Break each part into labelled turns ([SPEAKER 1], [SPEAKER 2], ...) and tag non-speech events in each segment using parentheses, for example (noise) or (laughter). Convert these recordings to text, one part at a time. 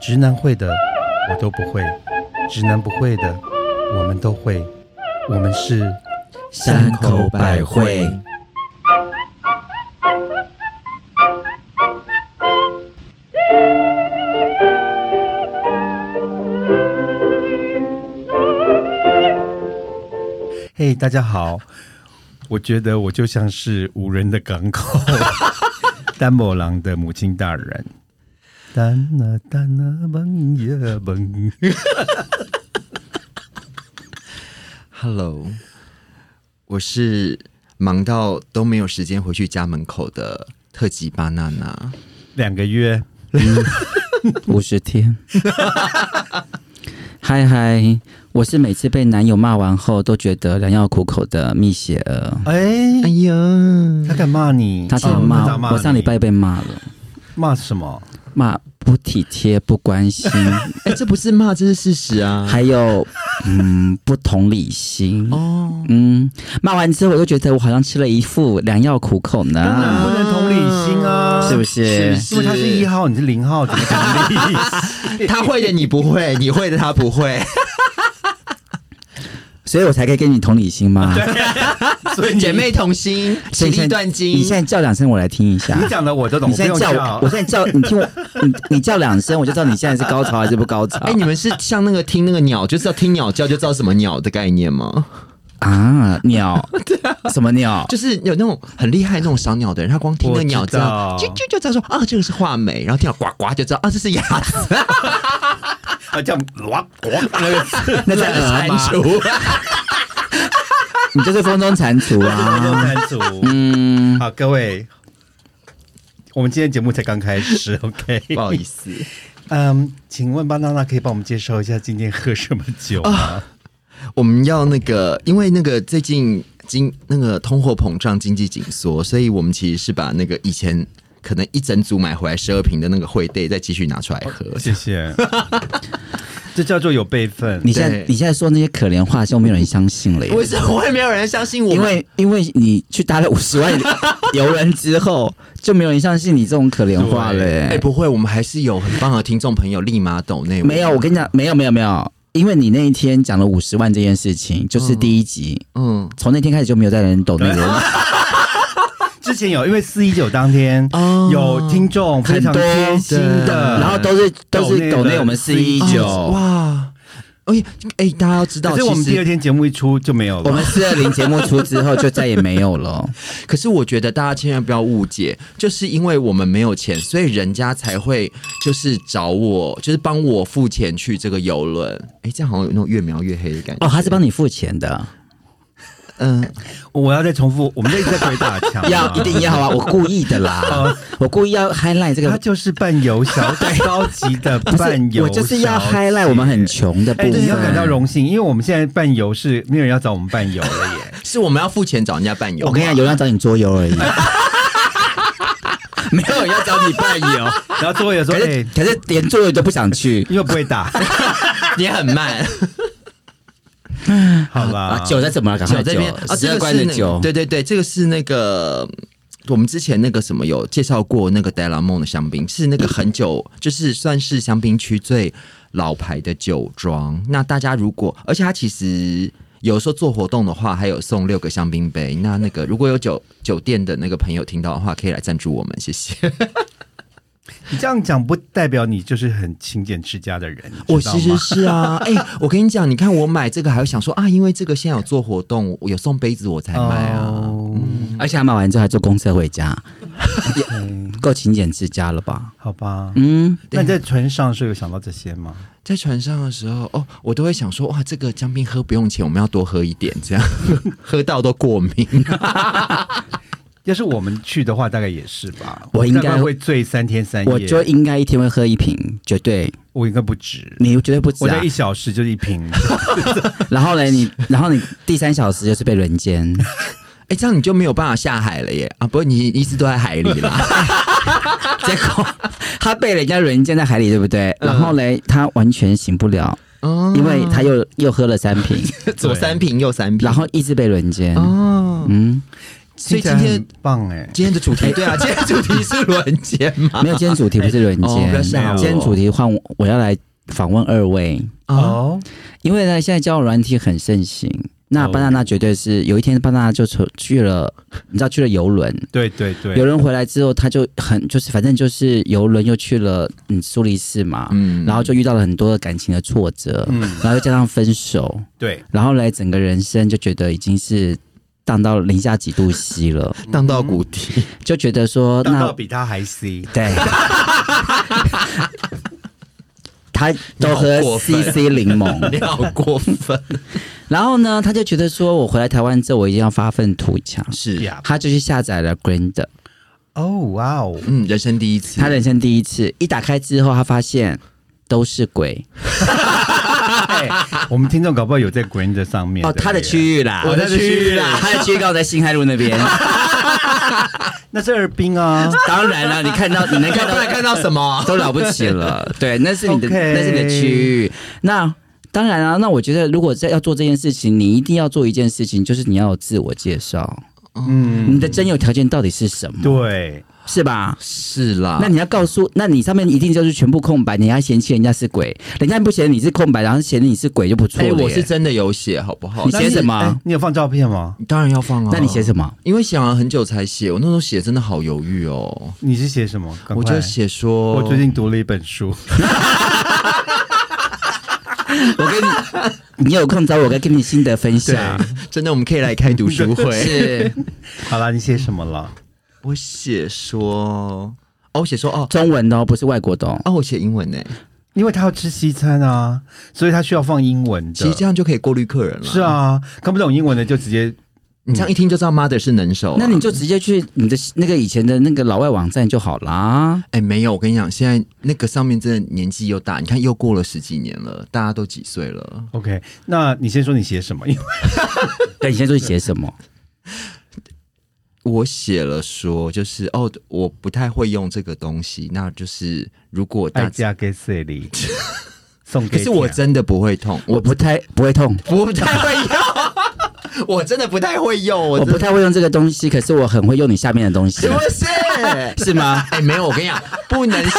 [SPEAKER 1] 直男会的我都不会，直男不会的我们都会，我们是
[SPEAKER 2] 山口百惠。
[SPEAKER 1] 嘿、大家好，我觉得我就像是无人的港 (laughs) 口，丹某郎的母亲大人。丹啊丹啊蹦呀蹦，
[SPEAKER 2] Hello，我是忙到都没有时间回去家门口的特级巴娜娜。
[SPEAKER 1] 两个月
[SPEAKER 3] 五十天。 (laughs) 嗨嗨，我是每次被男友骂完后都觉得良药苦口的蜜雪儿。
[SPEAKER 1] 哎、
[SPEAKER 2] 哎呀，
[SPEAKER 1] 他敢骂你？
[SPEAKER 3] 他
[SPEAKER 1] 哦
[SPEAKER 3] 想
[SPEAKER 1] 他
[SPEAKER 3] 骂
[SPEAKER 1] 咋
[SPEAKER 3] 我，
[SPEAKER 1] 你
[SPEAKER 3] 我上礼拜被骂了，
[SPEAKER 1] 骂什么？
[SPEAKER 3] 骂不体贴、不
[SPEAKER 1] (laughs)
[SPEAKER 3] 关心，
[SPEAKER 2] 哎、这不是骂，这是事实啊。
[SPEAKER 3] 还有嗯不同理心。
[SPEAKER 2] 哦，
[SPEAKER 3] 嗯，骂完之后我就觉得我好像吃了一副良药苦口
[SPEAKER 1] 当然
[SPEAKER 3] 呢，
[SPEAKER 1] 不能同理心啊，
[SPEAKER 3] 是不
[SPEAKER 1] 是？
[SPEAKER 3] 是？
[SPEAKER 2] 是
[SPEAKER 1] 因为他是一号，你是零号，怎么 (laughs) 同理？
[SPEAKER 2] (laughs) 他会的你不会，你会的他不会。
[SPEAKER 3] 所以我才可以跟你同理心吗？
[SPEAKER 1] 所以你
[SPEAKER 2] 姐，妹同心，
[SPEAKER 3] 所
[SPEAKER 2] 其
[SPEAKER 3] 以你
[SPEAKER 2] 利
[SPEAKER 3] 现在
[SPEAKER 2] 断金。
[SPEAKER 3] 你现在叫两声，我来听一下。
[SPEAKER 1] 你讲的我都懂，
[SPEAKER 3] 啊你现
[SPEAKER 1] 不
[SPEAKER 3] 在
[SPEAKER 1] 用
[SPEAKER 3] 叫
[SPEAKER 1] 叫
[SPEAKER 3] 我，我现在叫你
[SPEAKER 2] (laughs)
[SPEAKER 3] 听我，你你叫两声，我就知道你现在是高潮还是不高潮。
[SPEAKER 2] 哎、你们是像那个听那个鸟，就是要听鸟叫就知道什么鸟的概念吗？
[SPEAKER 3] 啊，
[SPEAKER 2] (laughs)
[SPEAKER 3] 鸟，什么鸟？
[SPEAKER 2] 就是有那种很厉害那种赏鸟的人，他光听那个鸟叫，
[SPEAKER 1] 我知
[SPEAKER 2] 啾
[SPEAKER 1] 道
[SPEAKER 2] 啾就知道说啊，这个是画眉，然后听到呱呱就知道啊，这是鸭子，
[SPEAKER 1] 啊，叫 (laughs) 哇哇，
[SPEAKER 2] 那个是
[SPEAKER 3] 那在鹅吗？你就是风中蟾
[SPEAKER 2] (laughs)
[SPEAKER 3] 蜍啊！
[SPEAKER 1] 男主。
[SPEAKER 3] 嗯，
[SPEAKER 1] 好，啊各位，我们今天节目才刚开
[SPEAKER 3] (laughs)
[SPEAKER 1] 始，OK？
[SPEAKER 2] 不好意思，
[SPEAKER 1] 嗯，请问巴娜娜可以帮我们介绍一下今天喝什么酒
[SPEAKER 3] 啊
[SPEAKER 1] 吗？
[SPEAKER 2] 我们要那个，因为那个最近经那个通货膨胀、经济紧缩，所以我们其实是把那个以前可能一整组买回来十二瓶的那个会兑再继续拿出来喝。
[SPEAKER 1] 谢
[SPEAKER 3] (laughs)
[SPEAKER 1] 谢。这叫做有辈分。
[SPEAKER 3] 你现在
[SPEAKER 2] 对
[SPEAKER 3] 你现在说那些可怜话，就没有人相信了耶。
[SPEAKER 2] 为什么会没有人相信我们？
[SPEAKER 3] 因为因为你去搭了五十万游人之后，就没有人相信你这种可怜话了
[SPEAKER 2] 哎、
[SPEAKER 3] 耶。
[SPEAKER 2] 不会，我们还是有很棒的听众朋友立马抖那
[SPEAKER 3] 没有，我跟你讲，没有没有没有，因为你那一天讲了五十万这件事情，就是第一集，
[SPEAKER 2] 嗯啊
[SPEAKER 3] 从那天开始就没有再有人懂那个。
[SPEAKER 1] 之前有，因为四一九当天、
[SPEAKER 2] 哦
[SPEAKER 1] 有听众非常
[SPEAKER 3] 很多
[SPEAKER 1] 贴心的，
[SPEAKER 2] 对
[SPEAKER 3] 然后都是都是
[SPEAKER 1] 抖
[SPEAKER 3] 抖
[SPEAKER 1] 内
[SPEAKER 3] 内
[SPEAKER 1] 的
[SPEAKER 3] 我们四一
[SPEAKER 1] 有
[SPEAKER 3] 九，
[SPEAKER 2] 哦哇，哎、哎、大家要知道，
[SPEAKER 1] 可是我们
[SPEAKER 2] 其实
[SPEAKER 1] 第二天节目一出就没有了。
[SPEAKER 3] 我们四二零节目出之后就再也没有了。
[SPEAKER 2] 可是我觉得大家千万不要误解，就是因为我们没有钱，所以人家才会就是找我，就是帮我付钱去这个游轮。哎、这样好像有那种越描越黑的感觉。
[SPEAKER 3] 哦，他是帮你付钱的，，
[SPEAKER 2] 嗯、
[SPEAKER 1] 我要再重复，我们一直在鬼打墙
[SPEAKER 3] (laughs) 要一定要啊！我故意的啦，我故意要 highlight 这
[SPEAKER 1] 他
[SPEAKER 3] 个，
[SPEAKER 1] 就是伴游
[SPEAKER 3] (laughs)
[SPEAKER 1] 小姐，高级的
[SPEAKER 3] 不是
[SPEAKER 1] 伴游，
[SPEAKER 3] 我就是要 highlight 我们很。穷的部
[SPEAKER 1] 哎，
[SPEAKER 3] 分。
[SPEAKER 1] 你要感到荣幸，因为我们现在伴游是没有人要找我们伴游
[SPEAKER 3] (laughs)
[SPEAKER 1] 了耶。
[SPEAKER 2] 是我们要付钱找人家伴游。
[SPEAKER 3] 我跟你讲，有人要找你桌游而已，没有人要找你伴游。
[SPEAKER 1] 然后作业说，
[SPEAKER 3] 可
[SPEAKER 1] 哎
[SPEAKER 3] 是，可是连桌游都不想去，
[SPEAKER 1] 因为不会打，
[SPEAKER 3] (laughs)
[SPEAKER 2] 你很慢，
[SPEAKER 1] 好
[SPEAKER 3] 啊
[SPEAKER 1] 啦，，
[SPEAKER 3] 酒在怎么了？赶
[SPEAKER 2] 酒
[SPEAKER 3] 快
[SPEAKER 2] 这
[SPEAKER 3] 酒
[SPEAKER 2] 边啊，，
[SPEAKER 3] 十
[SPEAKER 2] 这
[SPEAKER 3] 二
[SPEAKER 2] 个
[SPEAKER 3] 罐
[SPEAKER 2] 是
[SPEAKER 3] 的
[SPEAKER 2] 那
[SPEAKER 3] 酒，
[SPEAKER 2] 对对对，这个是那个。我们之前那个什么有介绍过那个戴拉梦的香槟，是那个很久，就是算是香槟区最老牌的酒庄。那大家如果，而且它其实有时候做活动的话，还有送六个香槟杯。那那个如果有酒酒店的那个朋友听到的话，可以来赞助我们，谢
[SPEAKER 3] (laughs)
[SPEAKER 2] 谢。
[SPEAKER 1] 你这样讲不代表你就是很勤俭持家的人，
[SPEAKER 2] 我
[SPEAKER 1] 你知道
[SPEAKER 2] 其
[SPEAKER 1] 吗
[SPEAKER 2] 实是啊，哎、我跟你讲，你看我买这个还会想说啊，因为这个现在有做活动，我有送杯子我才买啊。
[SPEAKER 1] 哦
[SPEAKER 3] 而且他买完之后还坐公车回家，够勤俭持家了吧？
[SPEAKER 1] 好吧。
[SPEAKER 3] 嗯，
[SPEAKER 1] 那你在船上的时候有想到这些吗？
[SPEAKER 2] 在船上的时候，哦，我都会想说，哇，这个姜冰喝不用钱，我们要多喝一点，这样 (laughs) 喝到都过敏。 (laughs)
[SPEAKER 1] 要是我们去的话，大概也是吧。
[SPEAKER 3] 我应该
[SPEAKER 1] 大概会醉三天三夜，
[SPEAKER 3] 我就应该一天会喝一瓶，绝对，
[SPEAKER 1] 我应该不止，
[SPEAKER 3] 你绝对不止
[SPEAKER 1] 我
[SPEAKER 3] 啊
[SPEAKER 1] 在一！小时就是一
[SPEAKER 3] (laughs)
[SPEAKER 1] 瓶。
[SPEAKER 3] 然后嘞，你然后你第三小时就是被轮奸，
[SPEAKER 2] 哎、这样你就没有办法下海了耶！啊，不过你一直都在海里啦。 (laughs)
[SPEAKER 3] 结果他被人家轮奸在海里，对不对？
[SPEAKER 2] 嗯
[SPEAKER 3] 然后嘞，他完全醒不了，
[SPEAKER 2] 哦，
[SPEAKER 3] 因为他
[SPEAKER 2] 嗯
[SPEAKER 3] 又又喝了三瓶，
[SPEAKER 2] 左三瓶右三瓶，
[SPEAKER 3] 然后一直被轮奸。
[SPEAKER 2] 哦，
[SPEAKER 3] 嗯，
[SPEAKER 2] 所以
[SPEAKER 1] 听起
[SPEAKER 2] 今
[SPEAKER 1] 来
[SPEAKER 2] 天
[SPEAKER 1] 很棒哎、
[SPEAKER 2] 今天的主题对啊，今天的主题是轮奸
[SPEAKER 3] (laughs)
[SPEAKER 2] 嘛？
[SPEAKER 3] 没有，今天主题不是轮
[SPEAKER 2] 哦不要
[SPEAKER 3] 奸，
[SPEAKER 2] 吓我
[SPEAKER 3] 今天主题换我我要来访问二位，
[SPEAKER 2] 啊，
[SPEAKER 1] 哦，
[SPEAKER 3] 因为呢，现在交友软体很盛行。那
[SPEAKER 1] 哦
[SPEAKER 3] 巴娜娜绝对是有一天，巴娜娜就出去了，你知道去了游轮，
[SPEAKER 1] 对对对，
[SPEAKER 3] 游轮回来之后，她就很就是反正就是游轮又去了嗯苏黎世嘛，
[SPEAKER 2] 嗯
[SPEAKER 3] 然后就遇到了很多的感情的挫折，
[SPEAKER 1] 嗯，
[SPEAKER 3] 然后又加上分手，
[SPEAKER 1] 对，
[SPEAKER 3] 然后来整个人生就觉得已经是荡到零下几度 C
[SPEAKER 2] (laughs)
[SPEAKER 3] 了，
[SPEAKER 2] 荡到谷底，
[SPEAKER 3] 就觉得说
[SPEAKER 1] 当到
[SPEAKER 3] 那
[SPEAKER 1] 比他还 C，
[SPEAKER 2] (laughs)
[SPEAKER 3] 对。他都
[SPEAKER 2] 你好过
[SPEAKER 3] 喝
[SPEAKER 2] 分
[SPEAKER 3] CC 柠檬，
[SPEAKER 2] 你好过分，
[SPEAKER 3] 然后呢，他就觉得说，我回来台湾之后，我一定要发愤图强，
[SPEAKER 2] 是
[SPEAKER 1] 呀
[SPEAKER 3] 他就去下载了 Grinder，
[SPEAKER 1] 哦哇哦，
[SPEAKER 2] 嗯，人生第一次，
[SPEAKER 3] 他人生第一次，一打开之后，他发现都是鬼
[SPEAKER 1] (laughs) 哎我们听众搞不好有在 Grand 上面
[SPEAKER 3] 哦，他的
[SPEAKER 1] 域，
[SPEAKER 3] 区域啦，
[SPEAKER 2] 我的区域啦
[SPEAKER 3] 他的区域刚好在新海路那边，
[SPEAKER 1] 那是二兵啊，
[SPEAKER 3] 当然了，你看到你能看
[SPEAKER 2] 看
[SPEAKER 3] 到
[SPEAKER 2] 到看到什么？
[SPEAKER 3] 都了不起 (laughs) 了。对，那是你的
[SPEAKER 1] OK
[SPEAKER 3] 那是你的区域。那当然啊，那我觉得如果在要做这件事情，你一定要做一件事情，就是你要有自我介绍，
[SPEAKER 1] 嗯，
[SPEAKER 3] 你的真有条件到底是什么，
[SPEAKER 1] 对，
[SPEAKER 3] (laughs) 是吧？
[SPEAKER 2] 是啦，
[SPEAKER 3] 那你要告诉，那你上面一定就是全部空白，你还嫌弃人家是鬼，人家不嫌你是空白，然后嫌你是鬼就不错了
[SPEAKER 2] 哎，
[SPEAKER 3] 耶、
[SPEAKER 2] 我是真的有写，好不好？
[SPEAKER 3] 你写什么
[SPEAKER 1] 哎你有放照片吗？
[SPEAKER 2] 你当然要放啊。
[SPEAKER 3] 那你写什么？
[SPEAKER 2] 因为想了很久才写，我那时候写真的好犹豫哦。
[SPEAKER 1] 你是写什么？赶快
[SPEAKER 2] 我就写说，
[SPEAKER 1] 我最近读了一本书， (laughs)
[SPEAKER 3] 我跟你，你有空找我，跟跟你心得分享。
[SPEAKER 2] (laughs) 真的，我们可以来开读书
[SPEAKER 1] (laughs)
[SPEAKER 2] 会。
[SPEAKER 3] 是
[SPEAKER 1] 好啦，你写什么了？
[SPEAKER 2] 我写说，哦，我写说，哦
[SPEAKER 3] 中文的哦，不是外国的哦。
[SPEAKER 2] 哦，我写英文呢，
[SPEAKER 1] 因为他要吃西餐啊，所以他需要放英文
[SPEAKER 2] 其实这
[SPEAKER 1] 的。
[SPEAKER 2] 样就可以过滤客人了。
[SPEAKER 1] 是，啊，嗯看不懂英文的就直接
[SPEAKER 2] 你这样一听就知道 mother 是能手啊。
[SPEAKER 3] 那你就直接去你的那个以前的那个老外网站就好啦。
[SPEAKER 2] 哎，没有，我跟你讲，现在那个上面真的年纪又大，你看又过了十几年了，大家都几岁了？
[SPEAKER 1] OK。那你先说你写什么？因为
[SPEAKER 3] 对，你现在说写什么？
[SPEAKER 2] 我写了说，就是哦，我不太会用这个东西，那就是如果
[SPEAKER 1] 爱
[SPEAKER 2] 大家，
[SPEAKER 1] 嫁给谁里送
[SPEAKER 2] 可
[SPEAKER 1] 给
[SPEAKER 2] 是我
[SPEAKER 1] 天
[SPEAKER 2] 真的不会痛，
[SPEAKER 3] 我不太不会痛，
[SPEAKER 2] 不太会用，我真的不太会用，我
[SPEAKER 3] 我
[SPEAKER 2] 真
[SPEAKER 3] 不
[SPEAKER 2] 的
[SPEAKER 3] 太会用这个东西，可是我很会用你下面的东西
[SPEAKER 2] 是。不是？
[SPEAKER 3] 是吗？
[SPEAKER 2] 哎，没有，我跟你讲，不能
[SPEAKER 3] (laughs)
[SPEAKER 2] 写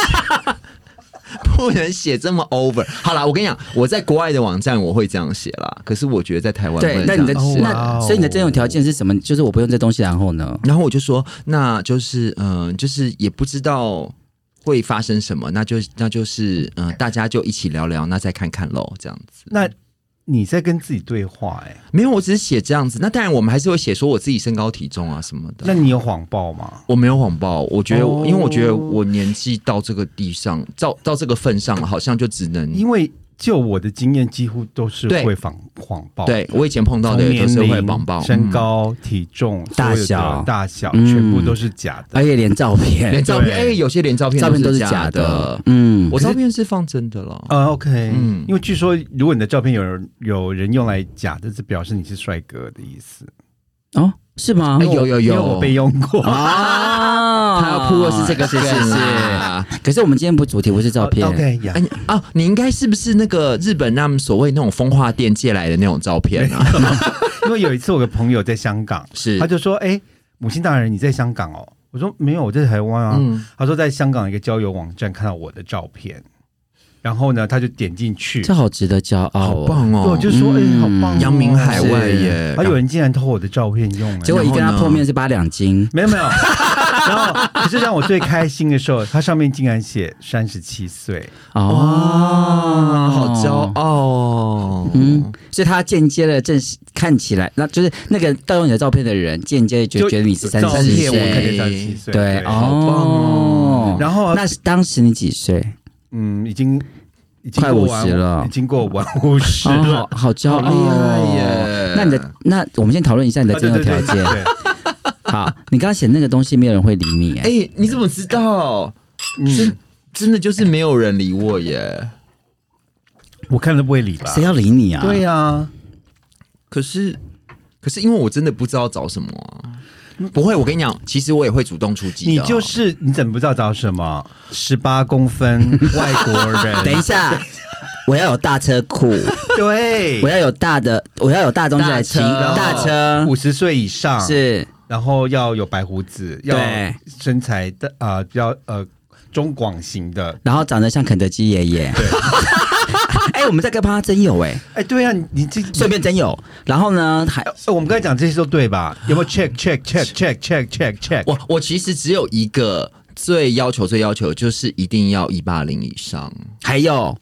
[SPEAKER 2] 不能写这么 over。好啦，我跟你讲，我在国外的网站我会这样写啦，可是我觉得在台湾不
[SPEAKER 3] 对
[SPEAKER 2] 能，
[SPEAKER 3] 那
[SPEAKER 2] 这
[SPEAKER 3] 你
[SPEAKER 2] 样
[SPEAKER 3] 的
[SPEAKER 1] 哦
[SPEAKER 2] 写。
[SPEAKER 1] 哇
[SPEAKER 3] 那
[SPEAKER 1] 哦
[SPEAKER 3] 所以你的真有条件是什么？就是我不用这东西，然后
[SPEAKER 2] (laughs)
[SPEAKER 3] 呢？
[SPEAKER 2] 然后我就说，那就是嗯、呃就是也不知道会发生什么，那就那就是嗯、呃大家就一起聊聊，那再看看喽，这样子。
[SPEAKER 1] 那你在跟自己对话哎、
[SPEAKER 2] 没有，我只是写这样子。那当然，我们还是会写说我自己身高体重啊什么的。
[SPEAKER 1] 那你有谎报吗？
[SPEAKER 2] 我没有谎报，我觉得我，
[SPEAKER 1] 哦
[SPEAKER 2] 因为我觉得我年纪到这个地上，到到这个份上了，好像就只能
[SPEAKER 1] 因为就我的经验，几乎都是
[SPEAKER 2] 嗯对
[SPEAKER 1] 会谎谎报。。
[SPEAKER 2] 对我以前碰到
[SPEAKER 1] 从
[SPEAKER 2] 的也
[SPEAKER 1] 年
[SPEAKER 2] 都是会
[SPEAKER 1] 龄
[SPEAKER 2] 谎报、嗯
[SPEAKER 1] 身高、体重、
[SPEAKER 3] 大
[SPEAKER 1] 所有的
[SPEAKER 3] 小
[SPEAKER 1] 大小，
[SPEAKER 3] 嗯
[SPEAKER 1] 全部都是假的。
[SPEAKER 3] 而且连照
[SPEAKER 2] 嗯，连
[SPEAKER 3] 片，
[SPEAKER 2] 照片哎、
[SPEAKER 1] 对
[SPEAKER 2] 有些连照片
[SPEAKER 3] 照片都
[SPEAKER 2] 是
[SPEAKER 3] 是
[SPEAKER 2] 假
[SPEAKER 3] 假的。嗯，
[SPEAKER 2] 我照片是放真的了。
[SPEAKER 1] 呃，OK，
[SPEAKER 2] 嗯
[SPEAKER 1] 因为据说如果你的照片有人有人用来假的，这表示你是帅哥的意思。
[SPEAKER 3] 哦，是吗
[SPEAKER 2] 哎？有有
[SPEAKER 1] 因
[SPEAKER 2] 有，
[SPEAKER 1] 为我被用过。
[SPEAKER 3] 啊，
[SPEAKER 2] (laughs) 他要铺的是这个，
[SPEAKER 3] 是 (laughs) 是
[SPEAKER 2] 梗
[SPEAKER 3] 是。
[SPEAKER 2] 啦
[SPEAKER 3] 可是我们今天不主题不是照片，
[SPEAKER 1] 哦 OK 呀
[SPEAKER 2] 哎、，你啊，你应该是不是那个日本他们所谓那种风化店借来的那种照片啊？
[SPEAKER 1] 因为有一次我有个朋友在香港，
[SPEAKER 2] 是
[SPEAKER 1] 他就说：“哎，母亲大人你在香港哦？”我说：“没有，我在台湾啊。
[SPEAKER 2] 嗯
[SPEAKER 1] 他说在香港一个交友网站看到我的照片，然后呢，他就点进去，
[SPEAKER 3] 这好值得骄傲
[SPEAKER 2] 好
[SPEAKER 3] 哦。
[SPEAKER 2] 棒
[SPEAKER 1] 对，我
[SPEAKER 2] 哦，
[SPEAKER 1] 就说：“哎、
[SPEAKER 3] 嗯
[SPEAKER 1] 好棒、哦！”
[SPEAKER 2] 扬名海外耶
[SPEAKER 1] 是啊还有人竟然偷我的照片用、哎
[SPEAKER 3] 结果一跟
[SPEAKER 2] 然后
[SPEAKER 3] 他
[SPEAKER 2] 呢
[SPEAKER 3] 碰面是八两金，
[SPEAKER 1] 没有没有。 (laughs) 然后，可是让我最开心的时候，它上面竟然写三十七岁，
[SPEAKER 2] 哇，
[SPEAKER 3] 哦，
[SPEAKER 2] 啊好骄。傲哦。
[SPEAKER 3] 嗯，所以他间接的证实，看起来，那就是那个盗用你的照片的人，间接觉
[SPEAKER 1] 就
[SPEAKER 3] 得觉得你是三
[SPEAKER 1] 照
[SPEAKER 3] 十
[SPEAKER 1] 片我肯
[SPEAKER 3] 岁，
[SPEAKER 1] 定三十七岁，
[SPEAKER 3] 对
[SPEAKER 2] 好棒哦
[SPEAKER 3] 哦。
[SPEAKER 1] 然后
[SPEAKER 3] 那是当时你几岁？
[SPEAKER 1] 嗯，已经已经
[SPEAKER 3] 快
[SPEAKER 1] 过完
[SPEAKER 3] 50了
[SPEAKER 1] 已经过完五十
[SPEAKER 3] 哦，
[SPEAKER 1] 了
[SPEAKER 3] 好。好骄傲，
[SPEAKER 2] 好厉害耶
[SPEAKER 3] 那你的那我们先讨论一下你的
[SPEAKER 1] 啊对
[SPEAKER 3] 真
[SPEAKER 1] 对
[SPEAKER 3] 有条
[SPEAKER 1] 对
[SPEAKER 3] 件。
[SPEAKER 1] 对，
[SPEAKER 3] (laughs) 好，你刚刚写那个东西，没有人会理你。
[SPEAKER 2] 哎、
[SPEAKER 3] 哎，
[SPEAKER 2] 你怎么知道？真
[SPEAKER 1] 嗯，
[SPEAKER 2] 真的就是没有人理我耶。
[SPEAKER 1] 我看了不会理吧？
[SPEAKER 3] 谁要理你啊？
[SPEAKER 1] 对呀，
[SPEAKER 2] 可是，可是因为我真的不知道找什么啊、不会，我跟你讲，其实我也会主动出击的哦。
[SPEAKER 1] 你就是你怎么不知道找什么？十八公
[SPEAKER 3] (laughs)
[SPEAKER 1] 分外国人，
[SPEAKER 3] 等一下，我要有大车库，
[SPEAKER 1] 对
[SPEAKER 3] 我，要有大的，我要有大东西来
[SPEAKER 2] 大车
[SPEAKER 3] 停大车
[SPEAKER 1] 五十岁以上
[SPEAKER 3] 是
[SPEAKER 1] 然后要有白胡子，要
[SPEAKER 3] 对
[SPEAKER 1] 身材的啊、比较呃中广型的。
[SPEAKER 3] 然后长得像肯德基爷爷。 (laughs) 哎、我们在跟他真有哎、
[SPEAKER 1] 哎，对啊，你你这
[SPEAKER 3] 顺便真有。然后呢，还
[SPEAKER 1] 哎我们刚才讲这些都对吧？有没有 check check check check check check check？
[SPEAKER 2] 我我其实只有一个最要求，最要求就是一定要一八零以上
[SPEAKER 3] 还有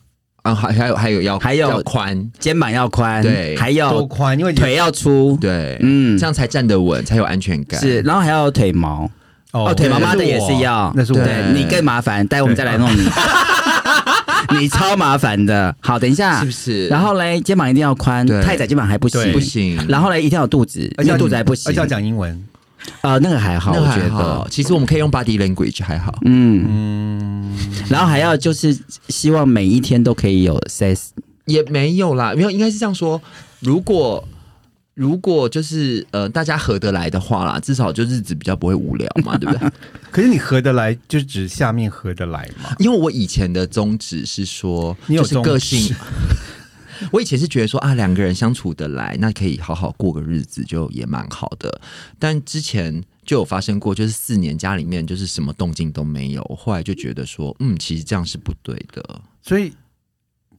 [SPEAKER 2] 啊，还还有还有要
[SPEAKER 3] 还有
[SPEAKER 2] 要宽，
[SPEAKER 3] 肩膀要宽，
[SPEAKER 2] 对
[SPEAKER 3] 还
[SPEAKER 1] 多
[SPEAKER 3] 有
[SPEAKER 1] 宽？因为
[SPEAKER 3] 腿要粗，
[SPEAKER 2] 对，
[SPEAKER 3] 嗯
[SPEAKER 2] 这样才站得稳，才有安全感。
[SPEAKER 3] 是，然后还要有腿毛。哦，腿
[SPEAKER 1] 那
[SPEAKER 3] 毛
[SPEAKER 1] 是
[SPEAKER 3] 妈的也是
[SPEAKER 1] 我啊
[SPEAKER 3] 要，
[SPEAKER 1] 那是我。
[SPEAKER 3] 对你更麻烦，待会我们再来弄你， (laughs) 你超麻烦的。好，等一下，
[SPEAKER 2] 是不是
[SPEAKER 3] 然后嘞，肩膀一定要宽，
[SPEAKER 2] 对
[SPEAKER 3] 太窄肩膀还不行，
[SPEAKER 1] 对哎
[SPEAKER 2] 不行
[SPEAKER 3] 然后嘞，一定要有肚子，
[SPEAKER 1] 而
[SPEAKER 3] 没
[SPEAKER 1] 且要
[SPEAKER 3] 有肚子还不行
[SPEAKER 1] 而且。要讲英文。
[SPEAKER 3] 呃，那个还好，
[SPEAKER 2] 那
[SPEAKER 3] 我
[SPEAKER 2] 还
[SPEAKER 3] 觉
[SPEAKER 2] 好
[SPEAKER 3] 得，
[SPEAKER 2] 其实我们可以用 body language 还好。
[SPEAKER 3] 嗯嗯，然后还要就是希望每一天都可以有 sex，
[SPEAKER 2] 也没有啦，没有，应该是这样说。如果如果就是呃，大家合得来的话啦，至少就日子比较不会无聊嘛，对不
[SPEAKER 1] (laughs)
[SPEAKER 2] 对？
[SPEAKER 1] 可是你合得来，就指下面合得来嘛？
[SPEAKER 2] 因为我以前的宗旨是说，
[SPEAKER 1] 你有
[SPEAKER 2] 就是个
[SPEAKER 1] 宗
[SPEAKER 2] 性
[SPEAKER 1] 旨。
[SPEAKER 2] 我以前是觉得说啊，两个人相处得来，那可以好好过个日子，就也蛮好的。但之前就有发生过，就是四年家里面就是什么动静都没有，后来就觉得说，嗯，其实这样是不对的。
[SPEAKER 1] 所以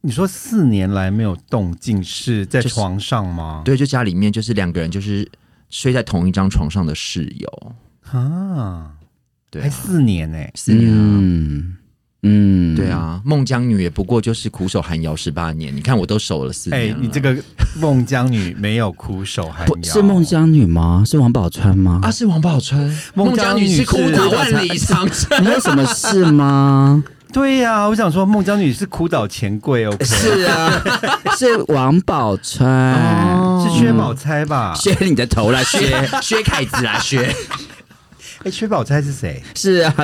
[SPEAKER 1] 你说四年来没有动静是在
[SPEAKER 2] 就是
[SPEAKER 1] 床上吗？
[SPEAKER 2] 对，就家里面就是两个人就是睡在同一张床上的室友，
[SPEAKER 1] 啊，
[SPEAKER 2] 对啊、
[SPEAKER 1] 还四年欸呢、
[SPEAKER 2] 四年啊。
[SPEAKER 3] 嗯嗯，
[SPEAKER 2] 对，啊，孟姜女也不过就是苦守寒窑十八年，你看我都守了四
[SPEAKER 1] 哎、
[SPEAKER 2] 年了、
[SPEAKER 1] 你这个孟姜女没有苦守寒
[SPEAKER 3] 不
[SPEAKER 1] 窑，
[SPEAKER 3] 是孟姜女吗？是王宝钏吗？
[SPEAKER 2] 啊是王宝钏，
[SPEAKER 1] 孟姜女
[SPEAKER 2] 是
[SPEAKER 1] 是
[SPEAKER 2] 苦打万里
[SPEAKER 1] (laughs)
[SPEAKER 2] 长城，
[SPEAKER 3] 啊没有什么事吗？
[SPEAKER 1] 对呀、我想说孟姜女是苦倒钱柜，OK，哦
[SPEAKER 2] 哎
[SPEAKER 3] 是啊， (laughs) 是王宝钏。
[SPEAKER 1] 是薛宝钗吧？
[SPEAKER 3] 削你的头啦，削！
[SPEAKER 2] 哦薛凯子啊
[SPEAKER 1] (laughs)
[SPEAKER 2] 薛，
[SPEAKER 1] 哎、薛宝钗是谁？
[SPEAKER 3] 是啊，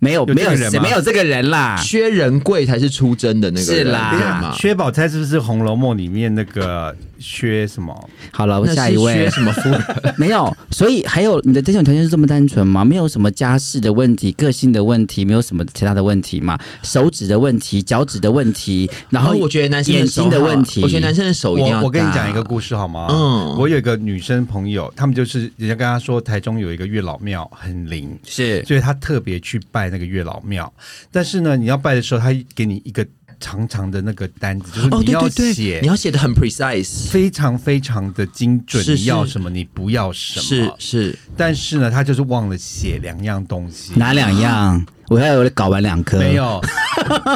[SPEAKER 3] 没有
[SPEAKER 1] 有这
[SPEAKER 3] 没有
[SPEAKER 1] 个人
[SPEAKER 3] 谁
[SPEAKER 1] 吗
[SPEAKER 3] 没有这个人啦，
[SPEAKER 2] 薛仁贵才是出征的那个人
[SPEAKER 3] 是啦
[SPEAKER 2] 对
[SPEAKER 3] 啊
[SPEAKER 2] 吗？
[SPEAKER 1] 薛宝钗是不是《红楼梦》里面那个薛什么？
[SPEAKER 3] 好了，
[SPEAKER 2] 那是
[SPEAKER 3] 下一位
[SPEAKER 2] 薛什么夫人？
[SPEAKER 3] (laughs) 没有，所以还有你的这种条件是这么单纯吗？没有什么家世的问题、个性的问题，没有什么其他的问题嘛？手指的问题、脚趾的问题，
[SPEAKER 2] 然
[SPEAKER 3] 然
[SPEAKER 2] 后
[SPEAKER 3] 后
[SPEAKER 2] 哦我觉得男生
[SPEAKER 3] 眼
[SPEAKER 2] 手
[SPEAKER 3] 睛的
[SPEAKER 2] 好
[SPEAKER 3] 问题，
[SPEAKER 2] 我觉得男生的手一定要
[SPEAKER 1] 我我跟你
[SPEAKER 2] 大
[SPEAKER 1] 讲一个故事好吗？
[SPEAKER 2] 嗯
[SPEAKER 1] 我有一个女生朋友，他们就是人家跟她说台中有一个月老庙很灵，
[SPEAKER 3] 是
[SPEAKER 1] 所以她特别去拜那个月老庙。但是呢，你要拜的时候，他给你一个长长的那个单子，就是
[SPEAKER 2] 哦，
[SPEAKER 1] 你
[SPEAKER 2] 对
[SPEAKER 1] 要
[SPEAKER 2] 对
[SPEAKER 1] 写
[SPEAKER 2] 对，你要写的很 precise，
[SPEAKER 1] 非常非常的精准，
[SPEAKER 2] 是
[SPEAKER 1] 你要
[SPEAKER 2] 是
[SPEAKER 1] 什么，你不要什
[SPEAKER 2] 是
[SPEAKER 1] 么。
[SPEAKER 2] 是，
[SPEAKER 1] 但是呢，他就是忘了写两样东西。
[SPEAKER 3] 哪两样？我要有搞完两颗，
[SPEAKER 1] 没
[SPEAKER 2] (laughs)
[SPEAKER 1] 有，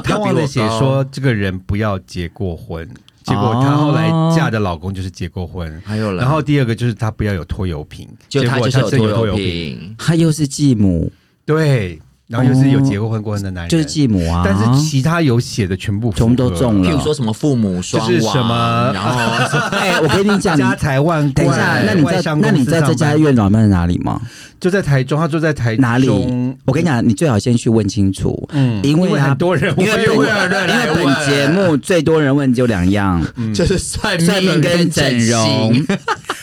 [SPEAKER 1] 他忘了写
[SPEAKER 2] 比我
[SPEAKER 1] 说这个人不要结过婚。
[SPEAKER 2] 哦
[SPEAKER 1] 结果她后来嫁的老公就是结过婚，
[SPEAKER 2] 还有嘞
[SPEAKER 1] 然后第二个就是她不要有拖油瓶，
[SPEAKER 2] 就
[SPEAKER 1] 结
[SPEAKER 2] 他
[SPEAKER 1] 果
[SPEAKER 2] 就是有
[SPEAKER 1] 真
[SPEAKER 2] 拖
[SPEAKER 1] 油
[SPEAKER 2] 油，瓶，
[SPEAKER 3] 他又是继母，
[SPEAKER 1] 对，然后又是有结过婚过的男人，
[SPEAKER 3] 就是继母啊，
[SPEAKER 1] 但是其他有写的全部符合
[SPEAKER 3] 全部都中了。
[SPEAKER 2] 譬如说什么父母双
[SPEAKER 1] 就是
[SPEAKER 2] 亡，
[SPEAKER 1] 什么
[SPEAKER 2] 然后什
[SPEAKER 1] (laughs)
[SPEAKER 2] 么
[SPEAKER 3] 哎、我跟你讲，你
[SPEAKER 1] 家财万贯。
[SPEAKER 3] 等一下，那你
[SPEAKER 1] 外
[SPEAKER 3] 在
[SPEAKER 1] 商
[SPEAKER 3] 那
[SPEAKER 1] 公
[SPEAKER 3] 你
[SPEAKER 1] 司
[SPEAKER 3] 在这
[SPEAKER 1] 上
[SPEAKER 3] 家
[SPEAKER 1] 班
[SPEAKER 3] 月老庙哪里吗？
[SPEAKER 1] 就在台中，他住在台中
[SPEAKER 3] 哪里？我跟你讲，你最好先去问清楚，
[SPEAKER 1] 嗯
[SPEAKER 3] 因为他
[SPEAKER 1] 很多人
[SPEAKER 3] 因为
[SPEAKER 1] 会啊
[SPEAKER 3] 本
[SPEAKER 1] 问
[SPEAKER 3] 因为本节目最多人问就两样，
[SPEAKER 1] 嗯
[SPEAKER 2] 就是算
[SPEAKER 3] 算命跟整容。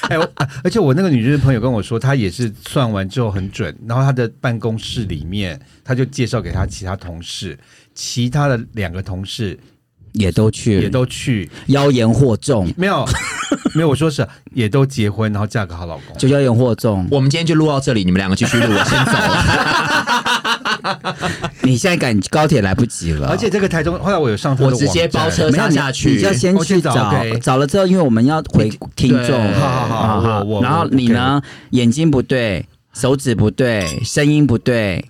[SPEAKER 1] 哎，我啊而且我那个女生朋友跟我说，她也是算完之后很准，然后她的办公室里面，她就介绍给她其他同事，其他的两个同事
[SPEAKER 3] 也都去，
[SPEAKER 1] 也都
[SPEAKER 3] (laughs)
[SPEAKER 1] 去，
[SPEAKER 3] 妖言惑众，
[SPEAKER 1] 没有没有，我说是也都结婚，然后嫁个好老公。
[SPEAKER 3] 就妖言惑众。
[SPEAKER 2] 我们今天就录到这里，你们两个继续录，
[SPEAKER 1] (laughs)
[SPEAKER 2] 啊我先走了。
[SPEAKER 3] 你现在赶高铁来不及了，
[SPEAKER 1] 而且这个台中，后来我有上她的
[SPEAKER 2] 我直接
[SPEAKER 1] 网站
[SPEAKER 2] 包车
[SPEAKER 3] 没有
[SPEAKER 2] 杀
[SPEAKER 3] 你
[SPEAKER 2] 下去
[SPEAKER 3] 你要先
[SPEAKER 1] 我
[SPEAKER 3] 去
[SPEAKER 1] 去
[SPEAKER 3] 找
[SPEAKER 1] 找，OK
[SPEAKER 3] 找了之后，因为我们要回听众，
[SPEAKER 2] 对
[SPEAKER 1] 好好好我我
[SPEAKER 3] 然后
[SPEAKER 1] 我
[SPEAKER 3] 你呢，眼睛不对，手指不对，声音不对，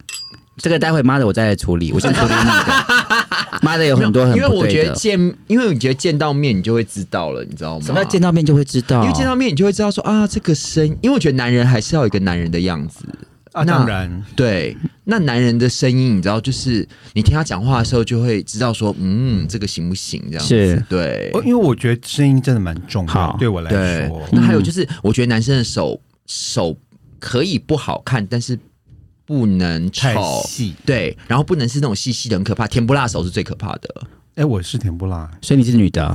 [SPEAKER 3] 这个待会妈的我再来处理，我先处理你的。妈的有很多很
[SPEAKER 2] 因为
[SPEAKER 3] 不
[SPEAKER 2] 我
[SPEAKER 3] 对
[SPEAKER 2] 觉得
[SPEAKER 3] 的，
[SPEAKER 2] 见，因为我觉得见到面你就会知道了，你知道吗？
[SPEAKER 3] 什么叫见到面就会知道？
[SPEAKER 2] 因为见到面你就会知道说啊，这个声，因为我觉得男人还是要有一个男人的样子。
[SPEAKER 1] 啊，
[SPEAKER 2] 那
[SPEAKER 1] 当然，
[SPEAKER 2] 对，那男人的声音，你知道，就是你听他讲话的时候，就会知道说，嗯，这个行不行？这样子
[SPEAKER 3] 是
[SPEAKER 2] 对
[SPEAKER 1] 我因为我觉得声音真的蛮重要
[SPEAKER 3] 好，
[SPEAKER 1] 对我来
[SPEAKER 2] 对
[SPEAKER 1] 说。。
[SPEAKER 2] 那还有就是，我觉得男生的手手可以不好看，但是不能
[SPEAKER 1] 太
[SPEAKER 2] 丑，
[SPEAKER 1] 细，
[SPEAKER 2] 对，然后不能是那种细细的，很可怕。甜不辣手是最可怕的。
[SPEAKER 1] 哎、我是甜不辣，
[SPEAKER 3] 所以你是女的，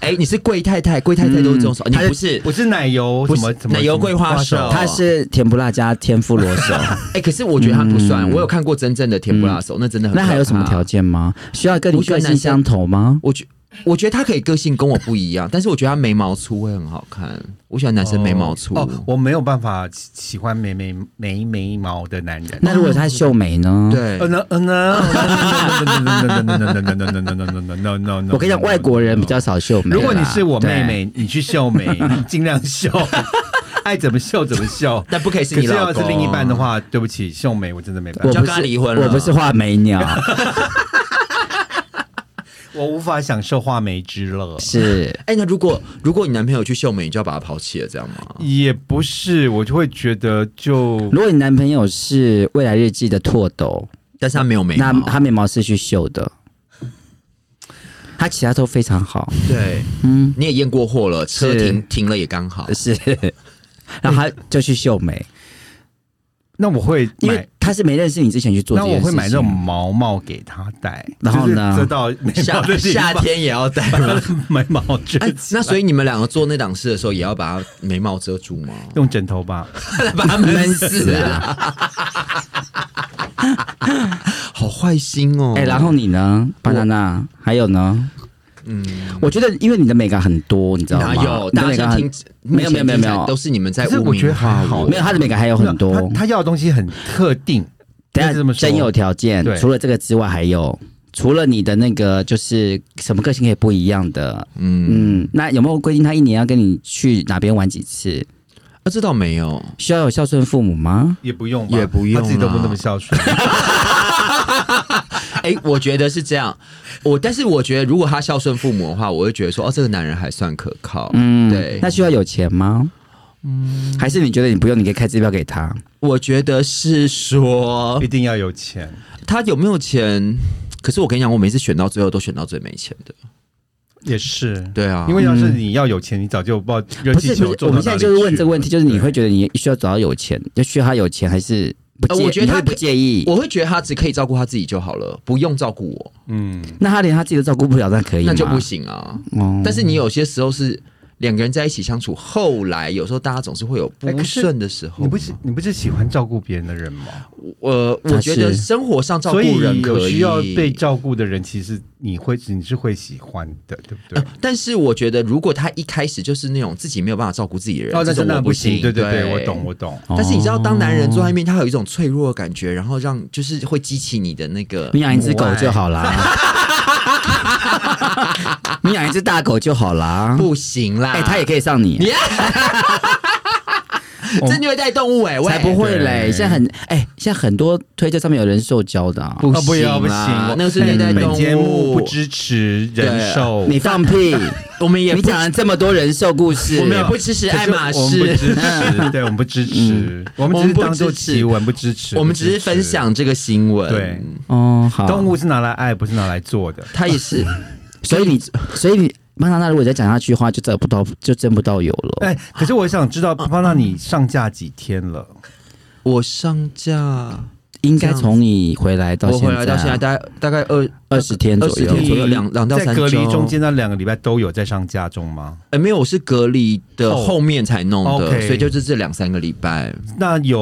[SPEAKER 2] 哎，你是贵太太，贵太太都是这种手，
[SPEAKER 3] 嗯
[SPEAKER 2] 你不是？
[SPEAKER 1] 我是奶油
[SPEAKER 2] 不
[SPEAKER 1] 什
[SPEAKER 2] 是
[SPEAKER 1] 么什么
[SPEAKER 2] 奶油
[SPEAKER 1] 什么
[SPEAKER 2] 桂花手
[SPEAKER 3] 她是甜不辣加天妇罗手。
[SPEAKER 2] (coughs) 哎，可是我觉得他不算，
[SPEAKER 1] 嗯
[SPEAKER 2] 我有看过真正的甜不辣手，那真的很。
[SPEAKER 3] 那还有什么条？件吗？需要跟你
[SPEAKER 2] 我觉得
[SPEAKER 3] 个性
[SPEAKER 2] 男生
[SPEAKER 3] 相投吗？
[SPEAKER 2] 我觉我觉得他可以个性跟我不一样，但是我觉得他眉毛粗会很好看。我喜欢男生眉毛粗。
[SPEAKER 1] 哦哦我没有办法喜喜欢眉眉眉眉毛的男人。
[SPEAKER 3] 那如果他秀眉呢？
[SPEAKER 2] 对，
[SPEAKER 1] 呃呢呃呢，no no no！
[SPEAKER 3] 我跟你讲，外国人比较少秀眉
[SPEAKER 1] 如
[SPEAKER 3] 啦。
[SPEAKER 1] 果你是我妹
[SPEAKER 3] 对，
[SPEAKER 1] 妹，你去秀眉，尽量秀，爱怎么秀怎么秀。
[SPEAKER 2] 但不可以是
[SPEAKER 1] 可
[SPEAKER 2] 你
[SPEAKER 1] 是
[SPEAKER 2] 老
[SPEAKER 1] 要
[SPEAKER 2] 公。
[SPEAKER 1] 是另一半的，话，对不起，秀眉我真的没办
[SPEAKER 3] 我
[SPEAKER 1] 法，
[SPEAKER 2] 就
[SPEAKER 3] 不
[SPEAKER 2] 跟他
[SPEAKER 3] 是
[SPEAKER 2] 离婚了
[SPEAKER 3] 我不是画眉鸟，
[SPEAKER 1] 我无法享受画眉之乐。
[SPEAKER 3] 是
[SPEAKER 2] 哎、那如果如果你男朋友去秀美，你就要把他抛弃了，这样吗？
[SPEAKER 1] 也不是，我就会觉得就
[SPEAKER 3] 如果你男朋友是未来日记的拓斗，
[SPEAKER 2] 但是他没有眉毛
[SPEAKER 3] 那，他眉毛是去秀的，他其他都非常好，
[SPEAKER 2] 对，
[SPEAKER 3] 嗯，
[SPEAKER 2] 你也验过货了，车
[SPEAKER 3] 是
[SPEAKER 2] 停停了也刚
[SPEAKER 1] (laughs)
[SPEAKER 2] 好。
[SPEAKER 3] 是，然后他就去秀眉，
[SPEAKER 1] 那我会
[SPEAKER 3] 因
[SPEAKER 1] 买
[SPEAKER 3] 为。他是没认识你之前去做这
[SPEAKER 1] 那
[SPEAKER 3] 件
[SPEAKER 1] 我
[SPEAKER 3] 事情，
[SPEAKER 1] 会买那种毛毛给他戴，
[SPEAKER 3] 然后呢
[SPEAKER 1] 就是遮到眉毛
[SPEAKER 2] 夏
[SPEAKER 1] 的地
[SPEAKER 2] 夏
[SPEAKER 1] (laughs) 方，
[SPEAKER 2] 天也要戴
[SPEAKER 1] 把
[SPEAKER 2] 吗？
[SPEAKER 1] 他的眉毛遮
[SPEAKER 2] 哎，
[SPEAKER 1] 起
[SPEAKER 2] 那所以你们两个做那档事的时候，也要把他眉毛遮住吗？
[SPEAKER 1] 用枕头吧。
[SPEAKER 2] 把他闷
[SPEAKER 3] 死
[SPEAKER 2] 啊！ (laughs) 好坏心哦！
[SPEAKER 3] 哎、然后你呢，巴娜娜？还有呢？
[SPEAKER 2] 嗯，
[SPEAKER 3] 我觉得，因为你的美感很多，你知道吗？
[SPEAKER 2] 哪有？
[SPEAKER 3] 你的
[SPEAKER 2] 大
[SPEAKER 3] 美
[SPEAKER 2] 家
[SPEAKER 3] 感
[SPEAKER 2] 现在
[SPEAKER 3] 很
[SPEAKER 2] 听，
[SPEAKER 3] 没有没有没有
[SPEAKER 2] 目前听起来
[SPEAKER 3] 没有
[SPEAKER 2] 都是你们在
[SPEAKER 1] 可是
[SPEAKER 2] 污
[SPEAKER 1] 我觉
[SPEAKER 2] 名啊
[SPEAKER 1] 得
[SPEAKER 2] 化
[SPEAKER 1] 还好
[SPEAKER 2] 我
[SPEAKER 3] 没有他的美感还有很多。
[SPEAKER 1] 没有他他要的东西很特定，
[SPEAKER 3] 等
[SPEAKER 1] 应该是这么
[SPEAKER 3] 下
[SPEAKER 1] 说
[SPEAKER 3] 真有条件
[SPEAKER 1] 对，
[SPEAKER 3] 除了这个之外，还有除了你的那个就是什么个性可以不一样的，
[SPEAKER 2] 嗯，
[SPEAKER 3] 嗯，那有没有规定他一年要跟你去哪边玩几次？
[SPEAKER 2] 啊，这倒没有。
[SPEAKER 3] 需要有孝顺父母吗？
[SPEAKER 1] 也不用吧，
[SPEAKER 2] 也不
[SPEAKER 3] 啊
[SPEAKER 2] 用
[SPEAKER 1] 他自己都不
[SPEAKER 2] 啦
[SPEAKER 1] 那么孝顺。
[SPEAKER 2] 哎、我觉得是这样。我但是我觉得，如果他孝顺父母的话，我会觉得说，哦，这个男人还算可靠。
[SPEAKER 3] 嗯，
[SPEAKER 2] 对
[SPEAKER 3] 那需要有钱吗？嗯，还是你觉得你不用，你可以开支票给他？
[SPEAKER 2] 我觉得是说
[SPEAKER 3] 哦
[SPEAKER 1] 一定要有钱，
[SPEAKER 2] 他有没有钱。可是我跟你讲，我每次选到最后都选到最没钱的。
[SPEAKER 1] 也是，
[SPEAKER 2] 对啊，
[SPEAKER 1] 因为要是你要有钱，你早就不知道热
[SPEAKER 3] 不
[SPEAKER 1] 气
[SPEAKER 3] 是不
[SPEAKER 1] 球
[SPEAKER 3] 是，
[SPEAKER 1] 做
[SPEAKER 3] 我
[SPEAKER 1] 到
[SPEAKER 3] 们
[SPEAKER 1] 哪
[SPEAKER 3] 现在
[SPEAKER 1] 里
[SPEAKER 3] 就是问
[SPEAKER 1] 去
[SPEAKER 3] 这个问
[SPEAKER 1] 了
[SPEAKER 3] 题，就是你
[SPEAKER 1] 对
[SPEAKER 3] 会觉得你需要找到有钱，就需要他有钱，还是不介？
[SPEAKER 2] 呃我觉得
[SPEAKER 3] 你
[SPEAKER 2] 他
[SPEAKER 3] 会不
[SPEAKER 2] 可
[SPEAKER 3] 介意。
[SPEAKER 2] 我会觉得他只可以照顾他自己就好了，不用照顾我，
[SPEAKER 1] 嗯，
[SPEAKER 3] 那他连他自己都照顾不了，那可以吗？
[SPEAKER 2] 那就不行啊。
[SPEAKER 3] 哦
[SPEAKER 2] 但是你有些时候是两个人在一起相处，后来有时候大家总是会有
[SPEAKER 1] 哎
[SPEAKER 2] 不
[SPEAKER 1] 可是
[SPEAKER 2] 顺的时候。
[SPEAKER 1] 你不是你不是喜欢照顾别人的人吗？
[SPEAKER 2] 呃，我觉得
[SPEAKER 3] 是
[SPEAKER 2] 生活上照
[SPEAKER 1] 所以
[SPEAKER 2] 顾人可
[SPEAKER 1] 有
[SPEAKER 2] 以
[SPEAKER 1] 需要被照顾的人，其实你会你是会喜欢的，对不对？
[SPEAKER 2] 但是我觉得，如果他一开始就是那种自己没有办法照顾自己的人，
[SPEAKER 1] 哦，那
[SPEAKER 2] 这种
[SPEAKER 1] 真
[SPEAKER 2] 我
[SPEAKER 1] 的
[SPEAKER 2] 不
[SPEAKER 1] 行，对
[SPEAKER 2] 对
[SPEAKER 1] 对，我懂。我懂。
[SPEAKER 2] 但是你知道，当男人坐在面，他有一种脆弱的感觉，然后让就是会激起你的那个
[SPEAKER 3] 你养一只狗就好啦， (laughs) 你养一只大狗就好啦。
[SPEAKER 2] 不行啦。
[SPEAKER 3] 哎，它也可以上你，
[SPEAKER 2] 真虐待动物哎、欸，喂
[SPEAKER 3] 才不会嘞！
[SPEAKER 1] 对
[SPEAKER 3] 现在很哎，现在很多推特上面有人受教的啊，
[SPEAKER 2] 不
[SPEAKER 1] 啊，不
[SPEAKER 2] 行
[SPEAKER 1] 要不
[SPEAKER 2] 啦
[SPEAKER 1] 行，
[SPEAKER 2] 那个是
[SPEAKER 1] 我
[SPEAKER 2] 虐待
[SPEAKER 1] 本
[SPEAKER 2] 动
[SPEAKER 1] 节目
[SPEAKER 2] 物
[SPEAKER 1] 不支持
[SPEAKER 2] 对啊
[SPEAKER 1] 人兽，
[SPEAKER 3] 你放屁！
[SPEAKER 2] 我们也
[SPEAKER 3] (laughs) 你
[SPEAKER 2] 不
[SPEAKER 3] 讲了这么多人兽故事，
[SPEAKER 2] 我们也不支持
[SPEAKER 1] 可
[SPEAKER 2] 爱
[SPEAKER 1] 是
[SPEAKER 2] 马
[SPEAKER 1] 我们不
[SPEAKER 2] 仕。 (laughs)
[SPEAKER 1] 支持，对，我们不支持，我们
[SPEAKER 2] 我
[SPEAKER 1] 只
[SPEAKER 2] 们
[SPEAKER 1] 是
[SPEAKER 2] 不
[SPEAKER 1] 当做
[SPEAKER 2] 支持
[SPEAKER 1] 奇闻，不支持，
[SPEAKER 2] 我们
[SPEAKER 1] 不
[SPEAKER 2] 只是
[SPEAKER 1] 支
[SPEAKER 2] 分
[SPEAKER 1] 持。
[SPEAKER 2] 享这个新闻，
[SPEAKER 1] 对，
[SPEAKER 3] 哦，好，
[SPEAKER 1] 动物是拿来爱，不是拿来做的。
[SPEAKER 2] 他也
[SPEAKER 3] (laughs)
[SPEAKER 2] 是，
[SPEAKER 3] 所以你，所以你，曼娜娜，如果再讲下去的话，就找不到，就争不到有
[SPEAKER 2] 哦
[SPEAKER 3] 了。
[SPEAKER 1] 哎，可是我想知道，胖娜你上架几天了？
[SPEAKER 2] 我上架，
[SPEAKER 3] 应该从你回来到
[SPEAKER 2] 我
[SPEAKER 3] 现在啊，
[SPEAKER 2] 回来到现在大概大概二
[SPEAKER 3] 二十天
[SPEAKER 2] 二
[SPEAKER 3] 左
[SPEAKER 2] 十
[SPEAKER 3] 右
[SPEAKER 2] 天，左右，两两到
[SPEAKER 1] 在
[SPEAKER 2] 三
[SPEAKER 1] 隔
[SPEAKER 2] 周。
[SPEAKER 1] 离中间那两个礼拜都有在上架中吗？
[SPEAKER 2] 哎，没有，我是隔离的
[SPEAKER 1] 后
[SPEAKER 2] 后面才弄的，
[SPEAKER 1] 哦 OK
[SPEAKER 2] 所以就是这两三个礼拜，
[SPEAKER 1] 那有，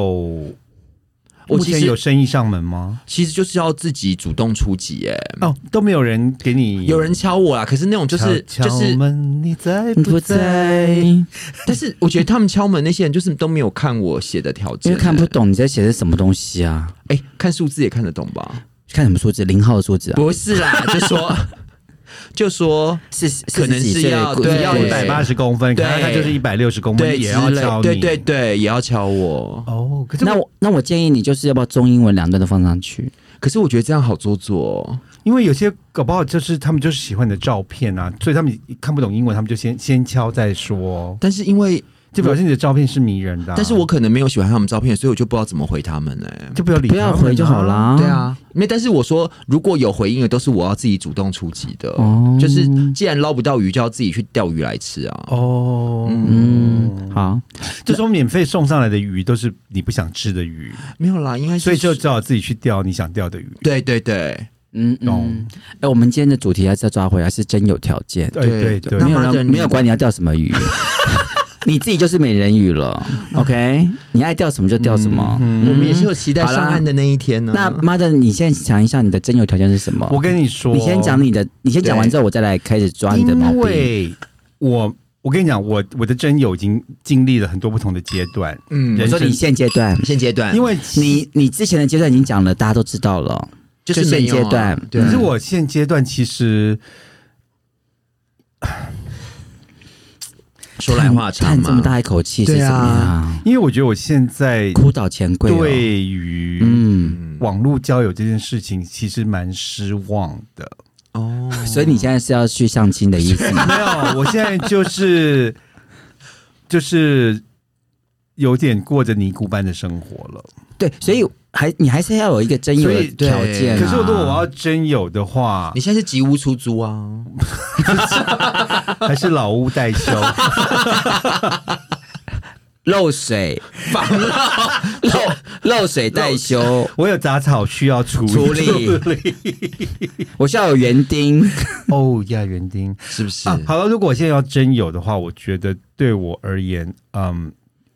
[SPEAKER 2] 我
[SPEAKER 1] 目
[SPEAKER 2] 其
[SPEAKER 1] 前
[SPEAKER 2] 实
[SPEAKER 1] 有生意上门吗？
[SPEAKER 2] 其实就是要自己主动出击。哎，
[SPEAKER 1] 哦，都没有人给
[SPEAKER 3] 嗯
[SPEAKER 1] 你，
[SPEAKER 2] 有人敲我啦，可是那种就是
[SPEAKER 1] 敲
[SPEAKER 2] 就
[SPEAKER 1] 敲
[SPEAKER 2] 是，
[SPEAKER 1] 门，你在
[SPEAKER 3] 你不
[SPEAKER 1] 不
[SPEAKER 3] 在，
[SPEAKER 1] 在？
[SPEAKER 3] 因
[SPEAKER 2] 但是我觉得他们敲门那些人就是都没有看我写的条件，
[SPEAKER 3] 为看不
[SPEAKER 2] 哎
[SPEAKER 3] 懂你在写的什么东西啊？
[SPEAKER 2] 哎，看数字也看得懂
[SPEAKER 3] (laughs)
[SPEAKER 2] 吧？
[SPEAKER 3] 看什么数字？零号的数字啊？
[SPEAKER 2] 不是啦，就说 (laughs) 就说
[SPEAKER 3] 是
[SPEAKER 2] 可能是要对
[SPEAKER 1] 要
[SPEAKER 2] 对
[SPEAKER 1] 一百八十公分，可
[SPEAKER 2] 对
[SPEAKER 1] 能他就是一百六十公
[SPEAKER 2] 对
[SPEAKER 1] 分，也要
[SPEAKER 2] 之类
[SPEAKER 1] 教你。
[SPEAKER 2] 对对对，也要敲我。
[SPEAKER 1] 哦，可是
[SPEAKER 3] 那我那我建议你就是要不要中英文两段都放上去？
[SPEAKER 2] 可是我觉得这样好做作、哦，
[SPEAKER 1] 因为有些搞不好就是他们就是喜欢你的照片啊，所以他们看不懂英文，他们就先先敲再说，
[SPEAKER 2] 但是因为、
[SPEAKER 1] 就表示你的照片是迷人的啊、
[SPEAKER 2] 但是我可能没有喜欢他们照片，所以我就不知道怎么回他们呢、
[SPEAKER 1] 就不要理他
[SPEAKER 3] 不
[SPEAKER 1] 们啊，
[SPEAKER 3] 要回就好啦。
[SPEAKER 2] 对，啊，没，但是我说，如果有回应的，都是我要自己主动出击的。
[SPEAKER 3] 哦
[SPEAKER 2] 就是既然捞不到鱼，就要自己去钓鱼来吃啊。
[SPEAKER 1] 哦，
[SPEAKER 3] 嗯，好，
[SPEAKER 1] 就说免费送上来的鱼都是你不想吃的鱼，
[SPEAKER 2] 没有啦，应该是
[SPEAKER 1] 所以就只好自己去钓你想钓的鱼。
[SPEAKER 2] 对对对
[SPEAKER 3] 嗯
[SPEAKER 1] 懂
[SPEAKER 3] 嗯。哎，我们今天的主题还是要抓回来，是真有条件，
[SPEAKER 1] 对对
[SPEAKER 2] 对
[SPEAKER 1] 对
[SPEAKER 2] 那
[SPEAKER 3] 没有
[SPEAKER 2] 妈的
[SPEAKER 3] 人
[SPEAKER 1] (laughs)
[SPEAKER 2] 你
[SPEAKER 3] 没有管你要钓什么鱼， (laughs) 你自己就是美人鱼了。OK，你爱钓什么就钓什么。
[SPEAKER 1] 嗯
[SPEAKER 2] 我们也是有期待
[SPEAKER 3] 好啦
[SPEAKER 2] 上岸的那一天呢。
[SPEAKER 3] 那妈的，你现在想一下你的真有条件是什么？
[SPEAKER 1] 我跟你说，
[SPEAKER 3] 你先讲你的，你先讲完之后，我再来开始抓你的毛
[SPEAKER 1] 因
[SPEAKER 3] 病。
[SPEAKER 1] 为我我跟你讲，我我的真友已经经历了很多不同的阶段，
[SPEAKER 2] 嗯
[SPEAKER 3] 我
[SPEAKER 1] 人
[SPEAKER 3] 说
[SPEAKER 1] 生
[SPEAKER 3] 你现阶段，
[SPEAKER 2] 现阶
[SPEAKER 3] 嗯
[SPEAKER 2] 段，
[SPEAKER 1] 因为
[SPEAKER 3] 你你之前的阶段已经讲了，大家都知道了。
[SPEAKER 2] 就是
[SPEAKER 3] 就
[SPEAKER 2] 没
[SPEAKER 3] 现
[SPEAKER 2] 有啊
[SPEAKER 3] 阶段
[SPEAKER 2] 对
[SPEAKER 1] 可是我现阶段其实
[SPEAKER 2] 说来话长
[SPEAKER 3] 叹这么
[SPEAKER 2] 嘛。
[SPEAKER 3] 大一口气是
[SPEAKER 2] 对
[SPEAKER 3] 怎么
[SPEAKER 2] 啊
[SPEAKER 3] 样？
[SPEAKER 1] 因为我觉得我现在
[SPEAKER 3] 哭倒钱柜、哦。，
[SPEAKER 1] 对于
[SPEAKER 3] 嗯，
[SPEAKER 1] 网络交友这件事情其实蛮失望的。
[SPEAKER 2] 哦，
[SPEAKER 3] 所以你现在是要去相亲的意 (laughs) 思吗？
[SPEAKER 1] 没有，我现在就是 (laughs) 就是有点过着尼姑般的生活了。
[SPEAKER 3] 对，所以还你还是要有一个真有
[SPEAKER 2] 所
[SPEAKER 3] 的
[SPEAKER 2] 以对
[SPEAKER 3] 条件、啊。
[SPEAKER 1] 可是如果我要真有的话
[SPEAKER 2] 你，现在是吉屋出租啊？
[SPEAKER 1] (laughs) 还是老屋代
[SPEAKER 3] (laughs)
[SPEAKER 1] 修。
[SPEAKER 3] 漏水， (laughs) 漏漏水代修，
[SPEAKER 1] 我有杂草需要处理。
[SPEAKER 3] 处理我需要有园丁。
[SPEAKER 1] (laughs) 哦，亚园丁
[SPEAKER 2] 是不是？
[SPEAKER 1] 啊，好了，如果我现在要真有的话，我觉得对我而言，嗯，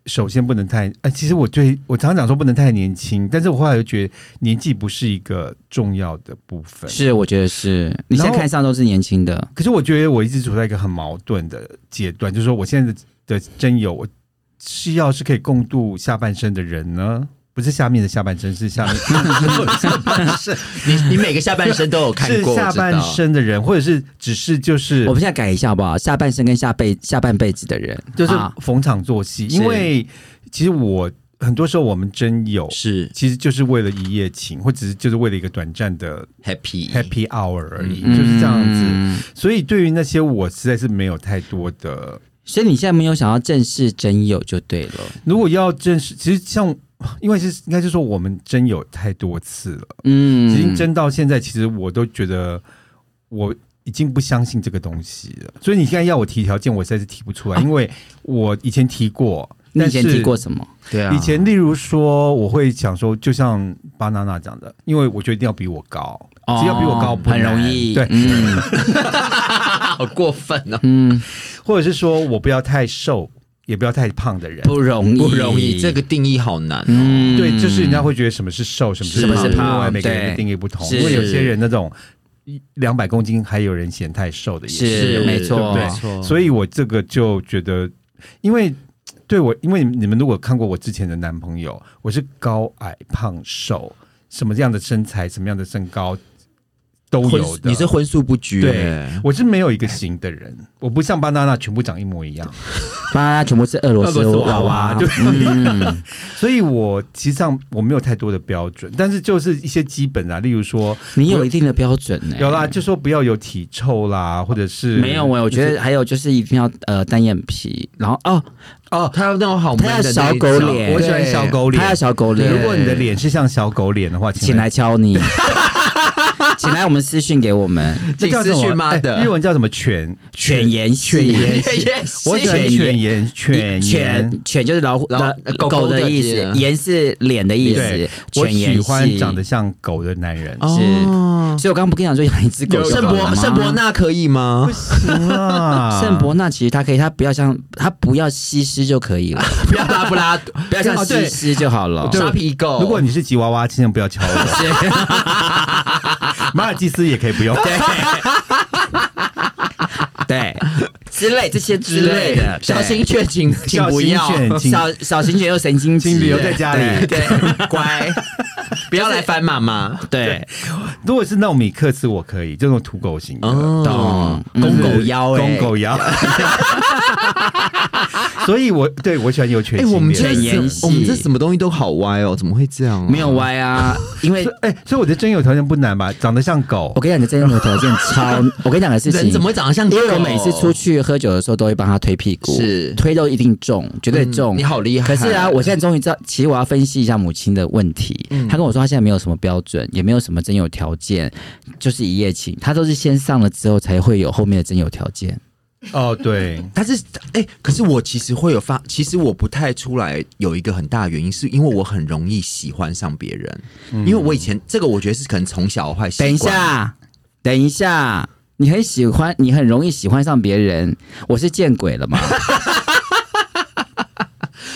[SPEAKER 1] 首先不能太……哎、其实我对我常常讲说不能太年轻，但是我后来又觉得年纪不是一个重要的部分。
[SPEAKER 3] 是，我觉得是你现在看上都是年轻的，
[SPEAKER 1] 可是我觉得我一直处在一个很矛盾的阶段，就是说我现在的的真友，我是要是可以共度下半生的人呢，不是下面的下半身，是下面 (laughs) 下半身，
[SPEAKER 2] 你你每个下半身都有看
[SPEAKER 1] 是
[SPEAKER 2] 过，
[SPEAKER 1] 下半
[SPEAKER 2] 我知道。
[SPEAKER 1] 身的人，或者是只是就是
[SPEAKER 3] 我们现在改一下好不好？下半身跟下辈下半辈子的人，
[SPEAKER 1] 就是
[SPEAKER 3] 啊
[SPEAKER 1] 逢场作戏，
[SPEAKER 3] 是
[SPEAKER 1] 因为其实我很多时候我们真友。
[SPEAKER 2] 是
[SPEAKER 1] 其实就是为了一夜情，或只是就是为了一个短暂的
[SPEAKER 2] happy
[SPEAKER 1] happy hour 而已，就是这样子。
[SPEAKER 3] 嗯
[SPEAKER 1] 所以对于那些我实在是没有太多的
[SPEAKER 3] 所以你现在没有想要正式真友就对了，
[SPEAKER 1] 如果要正式，其实像因为是应该是说我们真有太多次了，
[SPEAKER 3] 嗯，
[SPEAKER 1] 已经真到现在，其实我都觉得我已经不相信这个东西了。所以你现在要我提条件，我实在是提不出来，因为我以前提过，
[SPEAKER 3] 啊你以前
[SPEAKER 1] 但是
[SPEAKER 3] 提过。什么？
[SPEAKER 2] 对啊，
[SPEAKER 1] 以前，例如说，我会想说，就像巴娜娜讲的，因为我觉得一定要比我高，只要比我高
[SPEAKER 3] 哦
[SPEAKER 1] 不
[SPEAKER 3] 很容
[SPEAKER 1] 难
[SPEAKER 3] 易，
[SPEAKER 1] 对，
[SPEAKER 3] 嗯
[SPEAKER 2] 好过分哦，
[SPEAKER 3] 嗯，
[SPEAKER 1] 或者是说我不要太瘦，也不要太胖的人，
[SPEAKER 3] 不容易，
[SPEAKER 2] 不容易，这个定义好难哦。
[SPEAKER 3] 嗯
[SPEAKER 1] 对，就是人家会觉得什么是瘦，什么
[SPEAKER 2] 什
[SPEAKER 1] 是
[SPEAKER 2] 么
[SPEAKER 1] 胖，
[SPEAKER 2] 是
[SPEAKER 1] 因为
[SPEAKER 2] 胖
[SPEAKER 1] 每个人
[SPEAKER 3] 对
[SPEAKER 1] 的定义不同。
[SPEAKER 3] 是
[SPEAKER 1] 因为有些人那种两百公斤，还有人嫌太瘦的也
[SPEAKER 3] 是
[SPEAKER 2] 是
[SPEAKER 3] 没
[SPEAKER 1] 对不
[SPEAKER 3] 错，
[SPEAKER 1] 对？所以我这个就觉得，因为对我，因为你们如果看过我之前的男朋友，我是高矮胖瘦，什么样的身材，什么样的身高都
[SPEAKER 2] 荤
[SPEAKER 1] 有的。
[SPEAKER 2] 你是荤素不拘，
[SPEAKER 1] 对，我是没有一个型的人，我不像巴娜娜全部长一模一样。
[SPEAKER 3] (laughs) 妈，全部是俄罗斯
[SPEAKER 1] 俄罗斯
[SPEAKER 3] 娃
[SPEAKER 1] 娃娃
[SPEAKER 3] 娃，
[SPEAKER 1] 对
[SPEAKER 3] 嗯
[SPEAKER 1] 所以我其实上我没有太多的标准，但是就是一些基本啊，例如说
[SPEAKER 3] 你有一定的标准呢，
[SPEAKER 1] 有啦，就说不要有体臭啦，或者是
[SPEAKER 3] 没有我，我觉得还有就是一定要呃单眼皮，然后哦，
[SPEAKER 2] 哦，他要那种好 man 的那一种，
[SPEAKER 3] 他要小狗脸
[SPEAKER 1] 我喜欢小狗脸
[SPEAKER 3] 他要小狗脸，
[SPEAKER 1] 如果你的脸是像小狗脸的话，
[SPEAKER 3] 请
[SPEAKER 1] 请
[SPEAKER 3] 来敲你，请来我们私讯给我们
[SPEAKER 1] 这
[SPEAKER 2] 请
[SPEAKER 1] 叫什
[SPEAKER 2] 私
[SPEAKER 1] 么
[SPEAKER 2] 讯？妈的
[SPEAKER 1] 哎日文叫什么犬？
[SPEAKER 3] 犬颜系。
[SPEAKER 2] 对。也是
[SPEAKER 1] 我喜欢犬颜，犬颜。
[SPEAKER 3] 犬犬就是老虎，
[SPEAKER 2] 老
[SPEAKER 3] 老
[SPEAKER 2] 狗
[SPEAKER 3] 狗
[SPEAKER 2] 狗
[SPEAKER 3] 的
[SPEAKER 2] 的
[SPEAKER 3] 意
[SPEAKER 2] 意
[SPEAKER 3] 思，
[SPEAKER 2] 思
[SPEAKER 3] 颜是脸的意
[SPEAKER 1] 对
[SPEAKER 3] 思，，
[SPEAKER 1] 我
[SPEAKER 3] 犬颜
[SPEAKER 1] 喜欢
[SPEAKER 3] 系
[SPEAKER 1] 长得像狗的男人。
[SPEAKER 2] 哦，
[SPEAKER 3] 所以我刚刚不跟你讲说养一只狗就好
[SPEAKER 2] 圣
[SPEAKER 3] 了吗
[SPEAKER 2] 伯圣伯纳可以吗？
[SPEAKER 1] 行啦
[SPEAKER 3] (laughs) 圣伯纳其实它可以，它不要像它不要西施就可以了，
[SPEAKER 2] 不要拉布拉多，
[SPEAKER 3] 不要像
[SPEAKER 2] 哦
[SPEAKER 3] 西
[SPEAKER 2] 对
[SPEAKER 3] 施就好了。
[SPEAKER 2] 沙皮
[SPEAKER 1] (laughs)
[SPEAKER 2] 狗。
[SPEAKER 1] 如果你是吉娃娃，千万不要敲我。 (laughs) 马尔济斯也可以不用。
[SPEAKER 3] 对，之类这些之
[SPEAKER 2] 之类
[SPEAKER 3] 类的
[SPEAKER 2] 的，，
[SPEAKER 3] 对
[SPEAKER 2] 小型犬请请
[SPEAKER 1] 小
[SPEAKER 2] 不
[SPEAKER 1] 型
[SPEAKER 2] 要，
[SPEAKER 1] 犬请
[SPEAKER 3] 小小型犬又神经质，
[SPEAKER 1] 请留在家里
[SPEAKER 3] 对，对乖，
[SPEAKER 2] 不要来烦妈妈。
[SPEAKER 3] 对，
[SPEAKER 1] (laughs) 如果是那种米克斯，我可以，就那种土狗型的。
[SPEAKER 2] 哦
[SPEAKER 3] 懂，公狗腰哎，
[SPEAKER 1] 公狗腰。 (laughs) 所以我，对我喜欢有犬
[SPEAKER 2] 哎，
[SPEAKER 1] 型
[SPEAKER 2] 我们
[SPEAKER 1] 脸
[SPEAKER 2] 这
[SPEAKER 3] 犬
[SPEAKER 1] 的
[SPEAKER 3] 颜
[SPEAKER 1] 人
[SPEAKER 2] 是
[SPEAKER 3] 系
[SPEAKER 2] 我们这什么东西都好歪哦，怎么会这样啊？
[SPEAKER 3] 没有歪啊， (laughs) 因为
[SPEAKER 1] 所以哎、所以我的真有条件不难吧？长得像狗
[SPEAKER 3] 我，跟你讲，你真的有条件超，我跟你讲个事情
[SPEAKER 2] (laughs) 人，怎么会长得像狗？
[SPEAKER 3] 因为我每次出去喝酒的时候，都会帮他推屁股，
[SPEAKER 2] 是
[SPEAKER 3] 推都一定中，绝对
[SPEAKER 2] 嗯
[SPEAKER 3] 中。
[SPEAKER 2] 你好厉害
[SPEAKER 3] 可是啊，我现在终于知道，其实我要分析一下母亲的问题。他跟我说，他现在没有什么标准，也没有什么真有条件，就是一夜情，他都是先上了之后才会有后面的真有条件。
[SPEAKER 1] 哦，对，
[SPEAKER 2] 但是，哎、可是我其实会有发，其实我不太出来有一个很大的原因，是因为我很容易喜欢上别人，因为我以前这个我觉得是可能从小的坏习
[SPEAKER 3] 等
[SPEAKER 2] 惯。
[SPEAKER 3] 一，下，等一下，你很喜欢，你很容易喜欢上别人，我是见鬼了吗？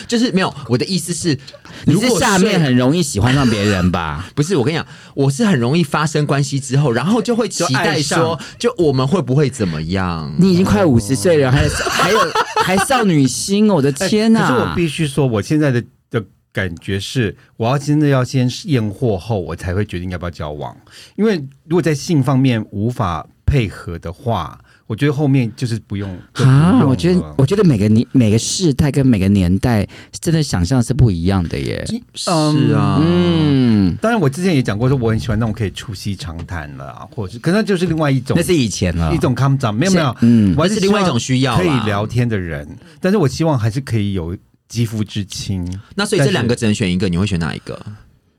[SPEAKER 2] 就是没有我的意思是，
[SPEAKER 3] 你
[SPEAKER 2] 如
[SPEAKER 3] 是
[SPEAKER 2] 果
[SPEAKER 3] 下面
[SPEAKER 2] 睡
[SPEAKER 3] 很容易喜欢上别人吧？
[SPEAKER 2] 不是，我跟你讲，我是很容易发生关系之后，然后就会期
[SPEAKER 1] 就爱
[SPEAKER 2] 待
[SPEAKER 1] 上
[SPEAKER 2] 说，就我们会不会怎么样？
[SPEAKER 3] 你已经快五十岁了，还还有还少女心，我的天
[SPEAKER 1] 哎
[SPEAKER 3] 啊
[SPEAKER 1] 可是
[SPEAKER 3] 哪
[SPEAKER 1] 我！必须说，我现在的的感觉是，我要真的要先验货后，我才会决定要不要交往。因为如果在性方面无法配合的话，我觉得后面就是不用。就不用
[SPEAKER 3] 啊，
[SPEAKER 1] 了
[SPEAKER 3] 我觉得，我觉得每个年、每个世代跟每个年代真的想象是不一样的耶。
[SPEAKER 2] 是啊，嗯，
[SPEAKER 3] 嗯，
[SPEAKER 1] 当然我之前也讲过，说我很喜欢那种可以促膝长谈了啊，或者是，可是那就是另外一种
[SPEAKER 3] 那。是以前了
[SPEAKER 1] 一。种 come down，没有没有，
[SPEAKER 3] 嗯
[SPEAKER 1] 我还
[SPEAKER 2] 那是
[SPEAKER 1] 希望
[SPEAKER 2] 另外一种需要啦
[SPEAKER 1] 可以聊天的人，但是我希望还是可以有肌肤之亲，
[SPEAKER 2] 那所以这两个只能选一个，你会选哪一个？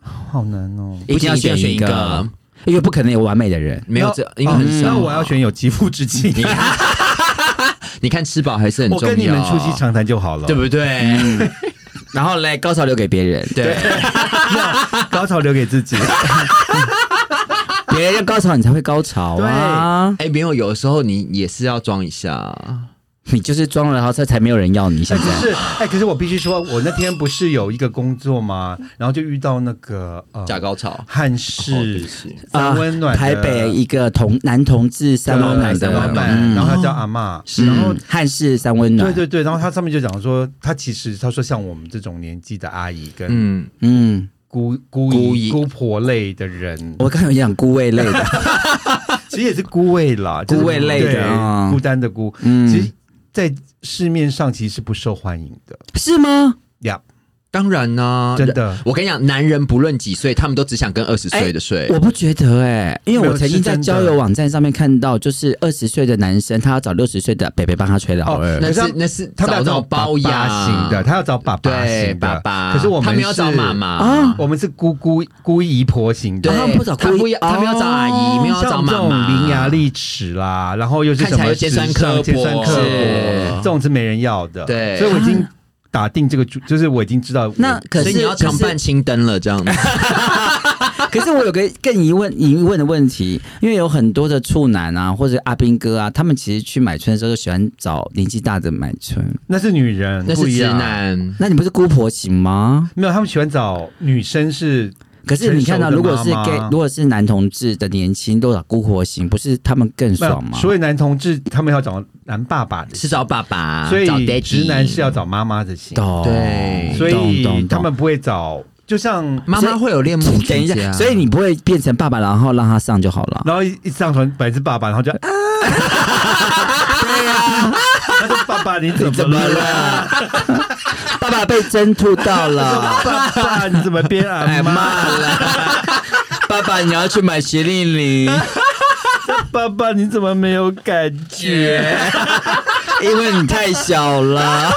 [SPEAKER 1] 好难哦。
[SPEAKER 3] 一定要选一
[SPEAKER 2] 一定要选
[SPEAKER 3] 个
[SPEAKER 2] 一个，
[SPEAKER 3] 因为不可能有完美的人。
[SPEAKER 2] 没有这，因为
[SPEAKER 1] 哦
[SPEAKER 2] 很少。
[SPEAKER 1] 那我要，选有肌肤之亲，
[SPEAKER 2] (laughs) 你看吃饱还是很
[SPEAKER 1] 我
[SPEAKER 2] 重要，啊
[SPEAKER 1] 跟你们促膝长谈就好了，
[SPEAKER 2] 对不对？
[SPEAKER 3] 嗯 (laughs) 然后嘞，高潮留给别人， (laughs)
[SPEAKER 2] 对，
[SPEAKER 1] (laughs) 高潮留给自
[SPEAKER 2] (laughs)
[SPEAKER 1] 己。
[SPEAKER 3] 别人要高潮你才会高潮啊！
[SPEAKER 2] 哎，没有，有的时候你也是要装一下。
[SPEAKER 1] 哦
[SPEAKER 3] 你就是装了，然后才才没有人要你。现
[SPEAKER 1] 哎，可
[SPEAKER 3] 在
[SPEAKER 1] 是哎，可是我必须说，我那天不是有一个工作吗？然后就遇到那个呃
[SPEAKER 2] 假高潮。
[SPEAKER 1] 汉
[SPEAKER 2] 哦对
[SPEAKER 1] 室
[SPEAKER 2] 不起
[SPEAKER 1] 三温暖的
[SPEAKER 3] 啊台北一个同男同志三温暖的嗯
[SPEAKER 1] 老板，然后他叫阿嬷，然
[SPEAKER 2] 嗯
[SPEAKER 3] 然
[SPEAKER 1] 后
[SPEAKER 3] 后汉室三温暖，
[SPEAKER 1] 对对对，然后他上面就讲说，他其实他说像我们这种年纪的阿姨跟
[SPEAKER 2] 嗯，
[SPEAKER 3] 嗯，
[SPEAKER 1] 姑姑
[SPEAKER 2] 姑
[SPEAKER 1] 姨
[SPEAKER 2] 姨
[SPEAKER 1] 姑婆类的人，
[SPEAKER 3] 我刚才有讲孤味类的，
[SPEAKER 1] 其实也是姑位
[SPEAKER 3] (laughs)
[SPEAKER 1] 啦，就是
[SPEAKER 3] 姑位类的
[SPEAKER 1] 对
[SPEAKER 3] 啊
[SPEAKER 1] 孤单的孤，
[SPEAKER 3] 嗯
[SPEAKER 1] 其实在市面上其实是不受欢迎的
[SPEAKER 3] (laughs) 是吗？
[SPEAKER 1] 呀，
[SPEAKER 2] 当然呢，
[SPEAKER 3] 啊
[SPEAKER 1] 真的哎
[SPEAKER 2] 我跟你讲，男人不论几岁，他们都只想跟二十岁的睡。
[SPEAKER 3] 我不觉得哎、因为我曾经在
[SPEAKER 1] 没有是真的
[SPEAKER 3] 交友网站上面看到，就是二十岁的男生，他要找六十岁的北北帮他吹老二。
[SPEAKER 1] 哦
[SPEAKER 2] 那
[SPEAKER 1] 可是
[SPEAKER 2] 是那是
[SPEAKER 1] 他们
[SPEAKER 2] 找
[SPEAKER 1] 要
[SPEAKER 2] 那
[SPEAKER 1] 找
[SPEAKER 2] 种
[SPEAKER 1] 爸
[SPEAKER 2] 包
[SPEAKER 1] 爸
[SPEAKER 2] 养
[SPEAKER 1] 型的，他要找爸爸
[SPEAKER 2] 对，
[SPEAKER 1] 型的
[SPEAKER 2] 爸爸。
[SPEAKER 1] 可是我们
[SPEAKER 2] 他们要找
[SPEAKER 1] 是
[SPEAKER 2] 妈妈
[SPEAKER 3] 啊
[SPEAKER 1] 我们是姑姑姑姨婆型的
[SPEAKER 2] 对，
[SPEAKER 3] 他，们不找
[SPEAKER 2] 他
[SPEAKER 3] 故意
[SPEAKER 2] 不要，他们要找阿姨，
[SPEAKER 3] 哦
[SPEAKER 2] 没有要找
[SPEAKER 1] 像这
[SPEAKER 2] 妈
[SPEAKER 1] 种
[SPEAKER 2] 妈。
[SPEAKER 1] 伶牙俐齿啦，然后又是
[SPEAKER 2] 看起
[SPEAKER 1] 什
[SPEAKER 2] 来
[SPEAKER 1] 么
[SPEAKER 2] 又尖酸
[SPEAKER 1] 时尚
[SPEAKER 2] 刻薄
[SPEAKER 1] 尖酸刻
[SPEAKER 2] 是
[SPEAKER 1] 薄，这种是没人要的。
[SPEAKER 2] 对
[SPEAKER 1] 所以我已经打定这个主，就是我已经知道我。
[SPEAKER 3] 那可
[SPEAKER 2] 所以你
[SPEAKER 3] 是
[SPEAKER 2] 要常办青灯了，这样子。
[SPEAKER 3] 可是我有个更疑问疑问的问题，因为有很多的处男啊，或者阿兵哥啊，他们其实去买春的时候，就喜欢找年纪大的买春。
[SPEAKER 1] 那是女人，
[SPEAKER 2] 那
[SPEAKER 1] 不
[SPEAKER 2] 是
[SPEAKER 1] 一
[SPEAKER 2] 直
[SPEAKER 1] 样。
[SPEAKER 2] 男。
[SPEAKER 3] 那你不是姑婆型吗？
[SPEAKER 1] 没有，他们喜欢找女生是
[SPEAKER 3] 可是你看到，
[SPEAKER 1] 成
[SPEAKER 3] 如
[SPEAKER 1] 熟的
[SPEAKER 3] 果
[SPEAKER 1] 妈
[SPEAKER 3] 是
[SPEAKER 1] 妈
[SPEAKER 3] gay，如果是男同志的年轻都找姑婆型，不是他们更
[SPEAKER 1] 没有
[SPEAKER 3] 爽吗？
[SPEAKER 1] 所以男同志他们要找男爸爸的，
[SPEAKER 2] 是找爸爸，
[SPEAKER 1] 所
[SPEAKER 2] 找
[SPEAKER 1] 以
[SPEAKER 2] daddy
[SPEAKER 1] 直男是要找妈妈的型，
[SPEAKER 3] 懂，
[SPEAKER 2] 对
[SPEAKER 1] 所以
[SPEAKER 3] 懂
[SPEAKER 1] 他
[SPEAKER 3] 懂懂。
[SPEAKER 1] 们不会找，就像
[SPEAKER 2] 妈妈会有恋母之啊家
[SPEAKER 3] 等一下，所以你不会变成爸爸，然后让他上就好了。
[SPEAKER 1] 然后一一上床本来是爸爸，然后 (laughs) 就啊，对呀，他说爸爸你怎
[SPEAKER 3] 怎
[SPEAKER 1] 么
[SPEAKER 3] 么
[SPEAKER 1] 了？ (laughs)
[SPEAKER 3] 了？爸爸被针吐到了，
[SPEAKER 1] 爸爸你怎么变
[SPEAKER 3] 哎
[SPEAKER 1] 阿 (laughs) 妈？
[SPEAKER 3] 骂了。爸爸，你要去买徐丽玲，
[SPEAKER 1] 爸爸你怎么没有感觉？
[SPEAKER 3] 因为你太小了。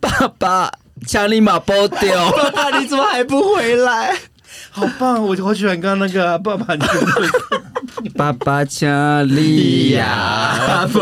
[SPEAKER 3] 爸爸，强力马包掉。爸爸，你怎么还不回来？
[SPEAKER 1] (laughs) 好棒，我好喜欢刚刚那个爸爸你怎么
[SPEAKER 3] 爸爸，啊强力
[SPEAKER 1] 啊 (laughs)
[SPEAKER 3] 呀，不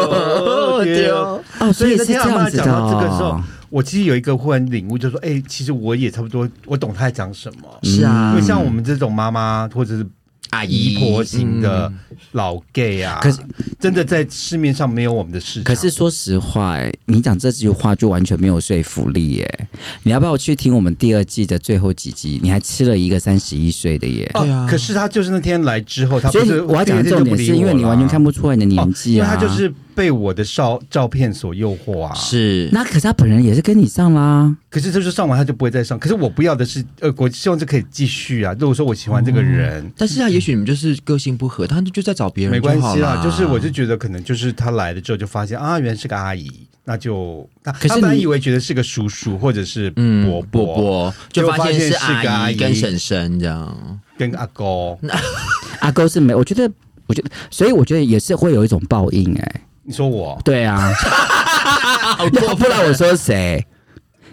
[SPEAKER 3] 丢。哦，所以
[SPEAKER 1] 那
[SPEAKER 3] 是这
[SPEAKER 1] 天阿
[SPEAKER 3] 样
[SPEAKER 1] 妈
[SPEAKER 3] 子的
[SPEAKER 1] 讲到这个时候
[SPEAKER 3] 哦。，
[SPEAKER 1] 我其实有一个忽然领悟，就说：“哎、其实我也差不多，我懂他在讲什么。
[SPEAKER 2] 是
[SPEAKER 3] 嗯
[SPEAKER 2] 啊
[SPEAKER 1] 因为像我们这种妈妈或者是
[SPEAKER 2] 阿姨
[SPEAKER 1] 姨婆型的老 gay 啊，
[SPEAKER 3] 嗯可是
[SPEAKER 1] 真的在市面上没有我们的市场。
[SPEAKER 3] 可是说实话、哎，你讲这句话就完全没有说服力耶、你要不要去听我们第二季的最后几集？你还吃了一个三十一岁的耶。
[SPEAKER 1] 哦
[SPEAKER 2] 对啊
[SPEAKER 1] 可是他就是那天来之后，他
[SPEAKER 3] 所
[SPEAKER 1] 不
[SPEAKER 3] 以
[SPEAKER 1] 是
[SPEAKER 3] 我要讲的
[SPEAKER 1] 第二天
[SPEAKER 3] 重
[SPEAKER 1] 就不
[SPEAKER 3] 点
[SPEAKER 1] 理
[SPEAKER 3] 是因为你
[SPEAKER 1] 我
[SPEAKER 3] 完全
[SPEAKER 1] 啦
[SPEAKER 3] 看不出来你的年纪啊、
[SPEAKER 1] 哦因为他就是被我的照照片所诱惑啊。
[SPEAKER 2] 是
[SPEAKER 3] 那，可是他本人也是跟你上啦，
[SPEAKER 1] 可是就是上完他就不会再上。可是我不要的是，呃，我希望这可以继续啊。如果说我喜欢这个人，
[SPEAKER 3] 嗯
[SPEAKER 2] 但是啊，也许你们就是个性不合，他就在找别人
[SPEAKER 1] 没
[SPEAKER 2] 就
[SPEAKER 1] 关
[SPEAKER 2] 好
[SPEAKER 1] 系啦
[SPEAKER 2] 啦，，
[SPEAKER 1] 就是我就觉得可能就是他来了之后就发现啊，原来是个阿姨，那就他
[SPEAKER 3] 是
[SPEAKER 1] 他本来
[SPEAKER 3] 你
[SPEAKER 1] 以为觉得是个叔叔或者是
[SPEAKER 2] 嗯
[SPEAKER 1] 伯
[SPEAKER 2] 伯伯，就发现是
[SPEAKER 1] 就发现是个
[SPEAKER 2] 阿
[SPEAKER 1] 阿
[SPEAKER 2] 姨
[SPEAKER 1] 姨
[SPEAKER 2] 跟婶婶这样。
[SPEAKER 1] 跟阿公，
[SPEAKER 3] 阿勾是没，我觉得，我觉得，所以我觉得也是会有一种报应哎、
[SPEAKER 1] 你说我
[SPEAKER 3] 对 (laughs) 啊，要不然我说谁？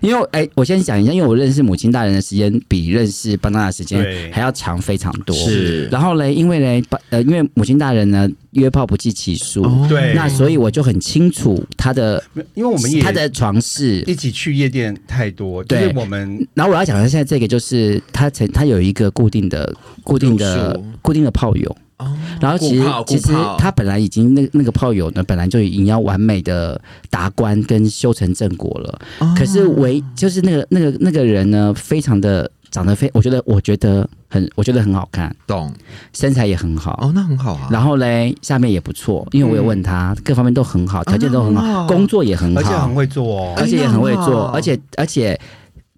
[SPEAKER 3] 因为哎、我先讲一下，因为我认识母亲大人的时间比认识班纳的时间
[SPEAKER 1] 对
[SPEAKER 3] 还要长非常多。
[SPEAKER 2] 是
[SPEAKER 3] 然后嘞，因为嘞，班呃，因为母亲大人呢约炮不计其数，
[SPEAKER 1] 哦对
[SPEAKER 3] 那所以我就很清楚他的
[SPEAKER 1] 没有因为我们也
[SPEAKER 3] 他的床事。
[SPEAKER 1] 一起去夜店太多，就
[SPEAKER 3] 对
[SPEAKER 1] 是我们
[SPEAKER 3] 然后我要讲的现在这个就是他曾他有一个固定的固定的
[SPEAKER 2] 路数
[SPEAKER 3] 固定的炮友，
[SPEAKER 2] 哦
[SPEAKER 3] 然后其实
[SPEAKER 2] 顾泡
[SPEAKER 3] 其实
[SPEAKER 2] 顾泡
[SPEAKER 3] 他本来已经那那个炮友呢，本来就已经要完美的达官跟修成正果了，
[SPEAKER 2] 哦
[SPEAKER 3] 可是唯就是那个那个那个人呢，非常的长得非，我觉得我觉得很我觉得很好看，
[SPEAKER 2] 懂
[SPEAKER 3] 身材也很好。
[SPEAKER 2] 哦，那很好啊。
[SPEAKER 3] 然后嘞，下面也不错，因为我也问他，
[SPEAKER 2] 嗯
[SPEAKER 3] 各方面都很好，条件都很
[SPEAKER 2] 那很嗯
[SPEAKER 3] 好，
[SPEAKER 2] 好
[SPEAKER 3] 工作也很
[SPEAKER 1] 而且
[SPEAKER 3] 好
[SPEAKER 1] 很，会做哦。
[SPEAKER 3] 而且也很会做，
[SPEAKER 2] 哎
[SPEAKER 3] 而且而且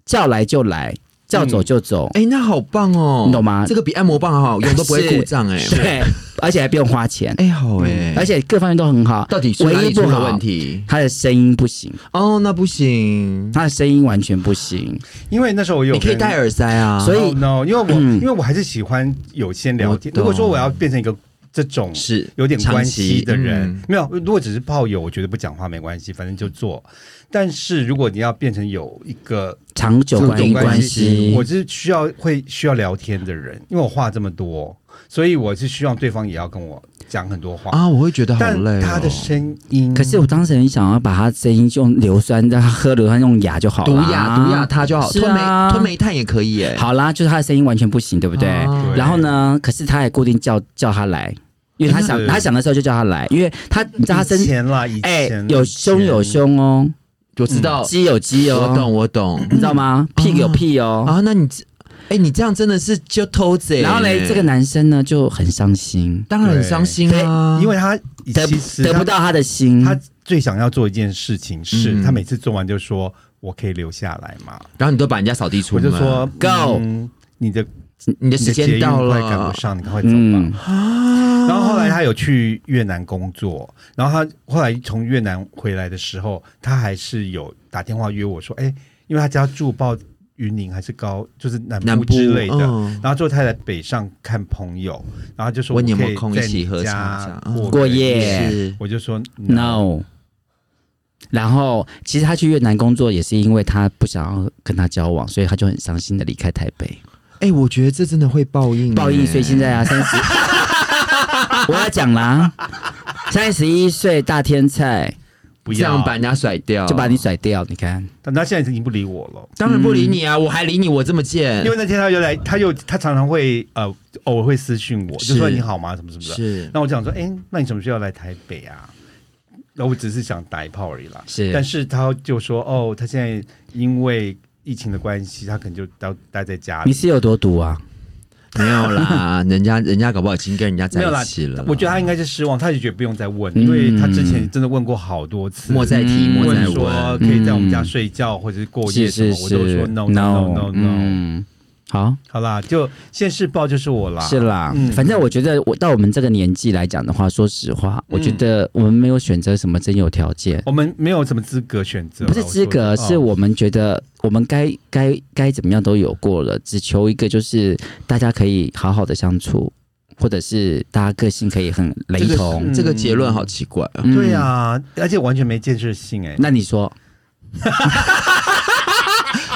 [SPEAKER 3] 叫来就来，叫走就走，
[SPEAKER 2] 哎、那好棒哦，
[SPEAKER 3] 你懂吗
[SPEAKER 2] 这个比按摩棒还好用，都不会故障哎、
[SPEAKER 3] 对，而且还不用花钱，嗯
[SPEAKER 2] 哎、好哎、
[SPEAKER 1] 嗯
[SPEAKER 3] 而且各方面都很好。
[SPEAKER 2] 到底是哪
[SPEAKER 3] 唯
[SPEAKER 2] 里
[SPEAKER 3] 一
[SPEAKER 2] 出
[SPEAKER 3] 不
[SPEAKER 2] 了
[SPEAKER 3] 好
[SPEAKER 2] 问，题？
[SPEAKER 3] 他的声音不行，
[SPEAKER 2] 哦，那不行，
[SPEAKER 3] 他的声音完全不行，
[SPEAKER 1] 因为那时候我有
[SPEAKER 2] 你可以
[SPEAKER 1] 跟
[SPEAKER 2] 戴耳塞啊。
[SPEAKER 3] 所以
[SPEAKER 1] no，因为我、
[SPEAKER 3] 嗯
[SPEAKER 1] 因为我还是喜欢有先聊天。
[SPEAKER 2] 我懂
[SPEAKER 1] 如果说我要变成一个这种
[SPEAKER 2] 是
[SPEAKER 1] 有点关系的人，
[SPEAKER 2] 长期嗯
[SPEAKER 1] 没有，如果只是炮友，我觉得不讲话没关系，反正就做。但是如果你要变成有一个
[SPEAKER 3] 长久
[SPEAKER 2] 这
[SPEAKER 3] 关
[SPEAKER 2] 种
[SPEAKER 3] 系
[SPEAKER 2] 关
[SPEAKER 3] 关
[SPEAKER 2] 系
[SPEAKER 3] 系
[SPEAKER 1] 我，是需要会需要聊天的人，因为我话这么多，所以我是希望对方也要跟我讲很多话。
[SPEAKER 2] 啊，我会觉得好
[SPEAKER 1] 但
[SPEAKER 2] 累、哦。
[SPEAKER 1] 他的声音，
[SPEAKER 3] 可是我当时很想要把他声音用硫酸，让他喝硫酸用哑就好了，
[SPEAKER 2] 毒哑毒哑它就好，
[SPEAKER 3] 是
[SPEAKER 2] 吞
[SPEAKER 3] 啊
[SPEAKER 2] 煤吞煤炭也可以哎、
[SPEAKER 3] 好啦，就是他的声音完全不行，对不对？
[SPEAKER 2] 啊
[SPEAKER 1] 对
[SPEAKER 3] 然后呢，可是他也固定叫叫他来，因为他想
[SPEAKER 1] 是
[SPEAKER 3] 他想的时候就叫他来，因为他你知道他
[SPEAKER 1] 以
[SPEAKER 3] 身
[SPEAKER 1] 前啦，以
[SPEAKER 3] 哎、
[SPEAKER 1] 前
[SPEAKER 3] 有胸有，胸哦，
[SPEAKER 2] 我知道，
[SPEAKER 3] 肌有肌
[SPEAKER 2] 我
[SPEAKER 3] 哦，
[SPEAKER 2] 懂我懂
[SPEAKER 3] 你知道
[SPEAKER 1] 嗯
[SPEAKER 3] 吗？屁股有屁哦。
[SPEAKER 2] 啊。那你这哎、你这样真的是就偷贼、
[SPEAKER 3] 然后嘞，这个男生呢就很伤心，
[SPEAKER 2] 当然很伤心啊，
[SPEAKER 1] 因为他
[SPEAKER 3] 得
[SPEAKER 1] 其实
[SPEAKER 3] 得
[SPEAKER 1] 他
[SPEAKER 3] 不到他嗯的心。
[SPEAKER 1] 他最想要做一件事情是，
[SPEAKER 2] 嗯
[SPEAKER 1] 他每次做完就说：“我可以留下来吗
[SPEAKER 2] 然后你都把人家扫地？”出
[SPEAKER 1] 我
[SPEAKER 2] 门，
[SPEAKER 1] 就说
[SPEAKER 3] Go
[SPEAKER 1] 嗯你的
[SPEAKER 2] 你
[SPEAKER 1] 你
[SPEAKER 2] 的时
[SPEAKER 1] 的捷
[SPEAKER 2] 间
[SPEAKER 1] 运
[SPEAKER 2] 到
[SPEAKER 1] 快赶
[SPEAKER 2] 了
[SPEAKER 1] 不，上，你赶快走吧。
[SPEAKER 3] 嗯，
[SPEAKER 2] 啊
[SPEAKER 1] 然后后来他有去越南工作，然后他后来从越南回来的时候，他还是有打电话约我说：“哎，因为他家住报云林还是高，就是南
[SPEAKER 2] 南
[SPEAKER 1] 部
[SPEAKER 2] 部
[SPEAKER 1] 之类的。
[SPEAKER 2] 嗯
[SPEAKER 1] 然后之后他来北上看朋友，然后就说
[SPEAKER 2] 问
[SPEAKER 1] 可
[SPEAKER 2] 你有没有
[SPEAKER 1] 以
[SPEAKER 2] 空
[SPEAKER 1] 在
[SPEAKER 2] 一起
[SPEAKER 1] 你
[SPEAKER 2] 喝
[SPEAKER 1] 家
[SPEAKER 2] 茶啊这样
[SPEAKER 3] 过
[SPEAKER 1] 个
[SPEAKER 3] 夜
[SPEAKER 2] 嗯是
[SPEAKER 1] 我就说
[SPEAKER 3] 嗯 no。然后，其实他去越南工作也是因为他不想要跟他交往，所以他就很伤心的离开台北。
[SPEAKER 2] 哎、我觉得这真的会报
[SPEAKER 1] 嗯
[SPEAKER 2] 应、
[SPEAKER 3] 报应，所以现在啊，三十，
[SPEAKER 1] (laughs)
[SPEAKER 3] 我要讲啦，三十一岁大天菜
[SPEAKER 1] 不
[SPEAKER 2] 这样
[SPEAKER 1] 要
[SPEAKER 2] 把人家甩
[SPEAKER 1] 哦
[SPEAKER 2] 掉，
[SPEAKER 3] 就把你。甩掉，你看，
[SPEAKER 1] 但他现在已经不理我了。
[SPEAKER 2] 当然不理你啊，我还理你，我这么贱
[SPEAKER 1] 因为。那天他又来，他又他常常会呃偶尔会私讯我，就是说你好吗什么什么的。
[SPEAKER 2] 是，
[SPEAKER 1] 那我讲说，哎、那你什么时候要来台北啊？那我只是想打一炮而已啦。
[SPEAKER 3] 是
[SPEAKER 1] 但是他就说，哦，他现在因为疫情的关系，他可能就待待在家
[SPEAKER 3] 你
[SPEAKER 1] 里。
[SPEAKER 3] 是有多毒啊？
[SPEAKER 2] 没有啦，人家人家搞不好已经跟人家在
[SPEAKER 1] 没有啦
[SPEAKER 2] 一起了。，
[SPEAKER 1] 我觉得他应该是失望，他也觉得不用再问，
[SPEAKER 3] 嗯
[SPEAKER 1] 因为他之前真的问过好多次，
[SPEAKER 2] 莫再提，
[SPEAKER 3] 嗯
[SPEAKER 2] 莫再
[SPEAKER 1] 问说可
[SPEAKER 2] 问。
[SPEAKER 1] 以在我们家睡觉或者是过夜
[SPEAKER 3] 是
[SPEAKER 1] 什么，
[SPEAKER 3] 嗯是
[SPEAKER 1] 我都说
[SPEAKER 3] 是
[SPEAKER 1] no no no no, no。
[SPEAKER 3] 嗯，好，
[SPEAKER 1] 好啦，就现世报就是我啦，
[SPEAKER 3] 是啦，
[SPEAKER 1] 嗯
[SPEAKER 3] 反正我觉得我到我们这个年纪来讲的话，说实话，我觉得我们没有选择什么真有条件，
[SPEAKER 1] 我们没有什么资格选择啦，
[SPEAKER 3] 不是资
[SPEAKER 1] 啊
[SPEAKER 3] 格，
[SPEAKER 1] 我说哦
[SPEAKER 3] 是我们觉得我们该该该怎么样都有过了，只求一个就是大家可以好好的相处，或者是大家个性可以很雷同。
[SPEAKER 1] 嗯
[SPEAKER 2] 这个结论好奇怪啊！
[SPEAKER 3] 嗯
[SPEAKER 1] 对啊，而且完全没建设性哎、
[SPEAKER 3] 那你说，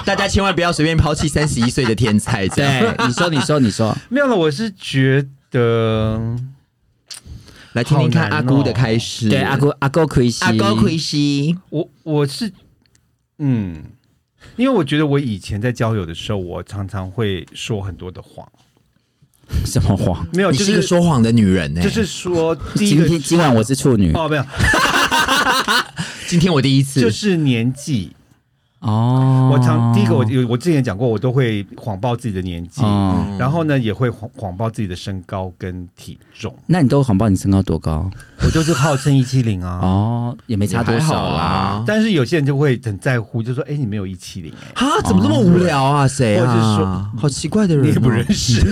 [SPEAKER 2] 大家千万不要随便抛弃三十一岁的天才，这样
[SPEAKER 3] 对， (laughs) 你说，你说，你说，
[SPEAKER 1] 没有了，我是觉得
[SPEAKER 2] 来听听看
[SPEAKER 1] 好
[SPEAKER 2] 阿
[SPEAKER 1] 难哦
[SPEAKER 2] 姑的开始。
[SPEAKER 3] 对，阿哥，阿哥奎西，
[SPEAKER 2] 阿姑奎西，
[SPEAKER 1] 我我是嗯，因为我觉得我以前在交友的时候，我常常会说很多的谎，
[SPEAKER 3] 什么话？
[SPEAKER 1] 没有，
[SPEAKER 2] 你
[SPEAKER 1] 哦就是
[SPEAKER 2] 一个说谎的女人欸呢。
[SPEAKER 1] 就是说第一
[SPEAKER 3] 今
[SPEAKER 1] 个
[SPEAKER 3] 天今晚我是处女
[SPEAKER 1] 哦，没有，
[SPEAKER 2] 今天我第一
[SPEAKER 1] 就
[SPEAKER 2] 次，
[SPEAKER 1] 是年纪。
[SPEAKER 3] 哦
[SPEAKER 1] 我常第一个我有我之前讲过，我都会谎报自己的年纪，
[SPEAKER 3] 哦
[SPEAKER 1] 然后呢也会谎谎报自己的身高跟体重，
[SPEAKER 3] 那你都谎报你身高多高？
[SPEAKER 1] 我就是号称一七零啊。
[SPEAKER 3] 哦，也没差多
[SPEAKER 2] 也还
[SPEAKER 3] 少
[SPEAKER 2] 好
[SPEAKER 3] 啦
[SPEAKER 2] 啊。
[SPEAKER 1] (laughs) 但是有些人就会很在乎，就说：“哎、你没有一七零，哎，
[SPEAKER 2] 啊，怎么这么无聊啊？谁
[SPEAKER 1] 或哦者是
[SPEAKER 2] 啊？
[SPEAKER 1] 说
[SPEAKER 2] 好奇怪的人哦，
[SPEAKER 1] 你也不认识。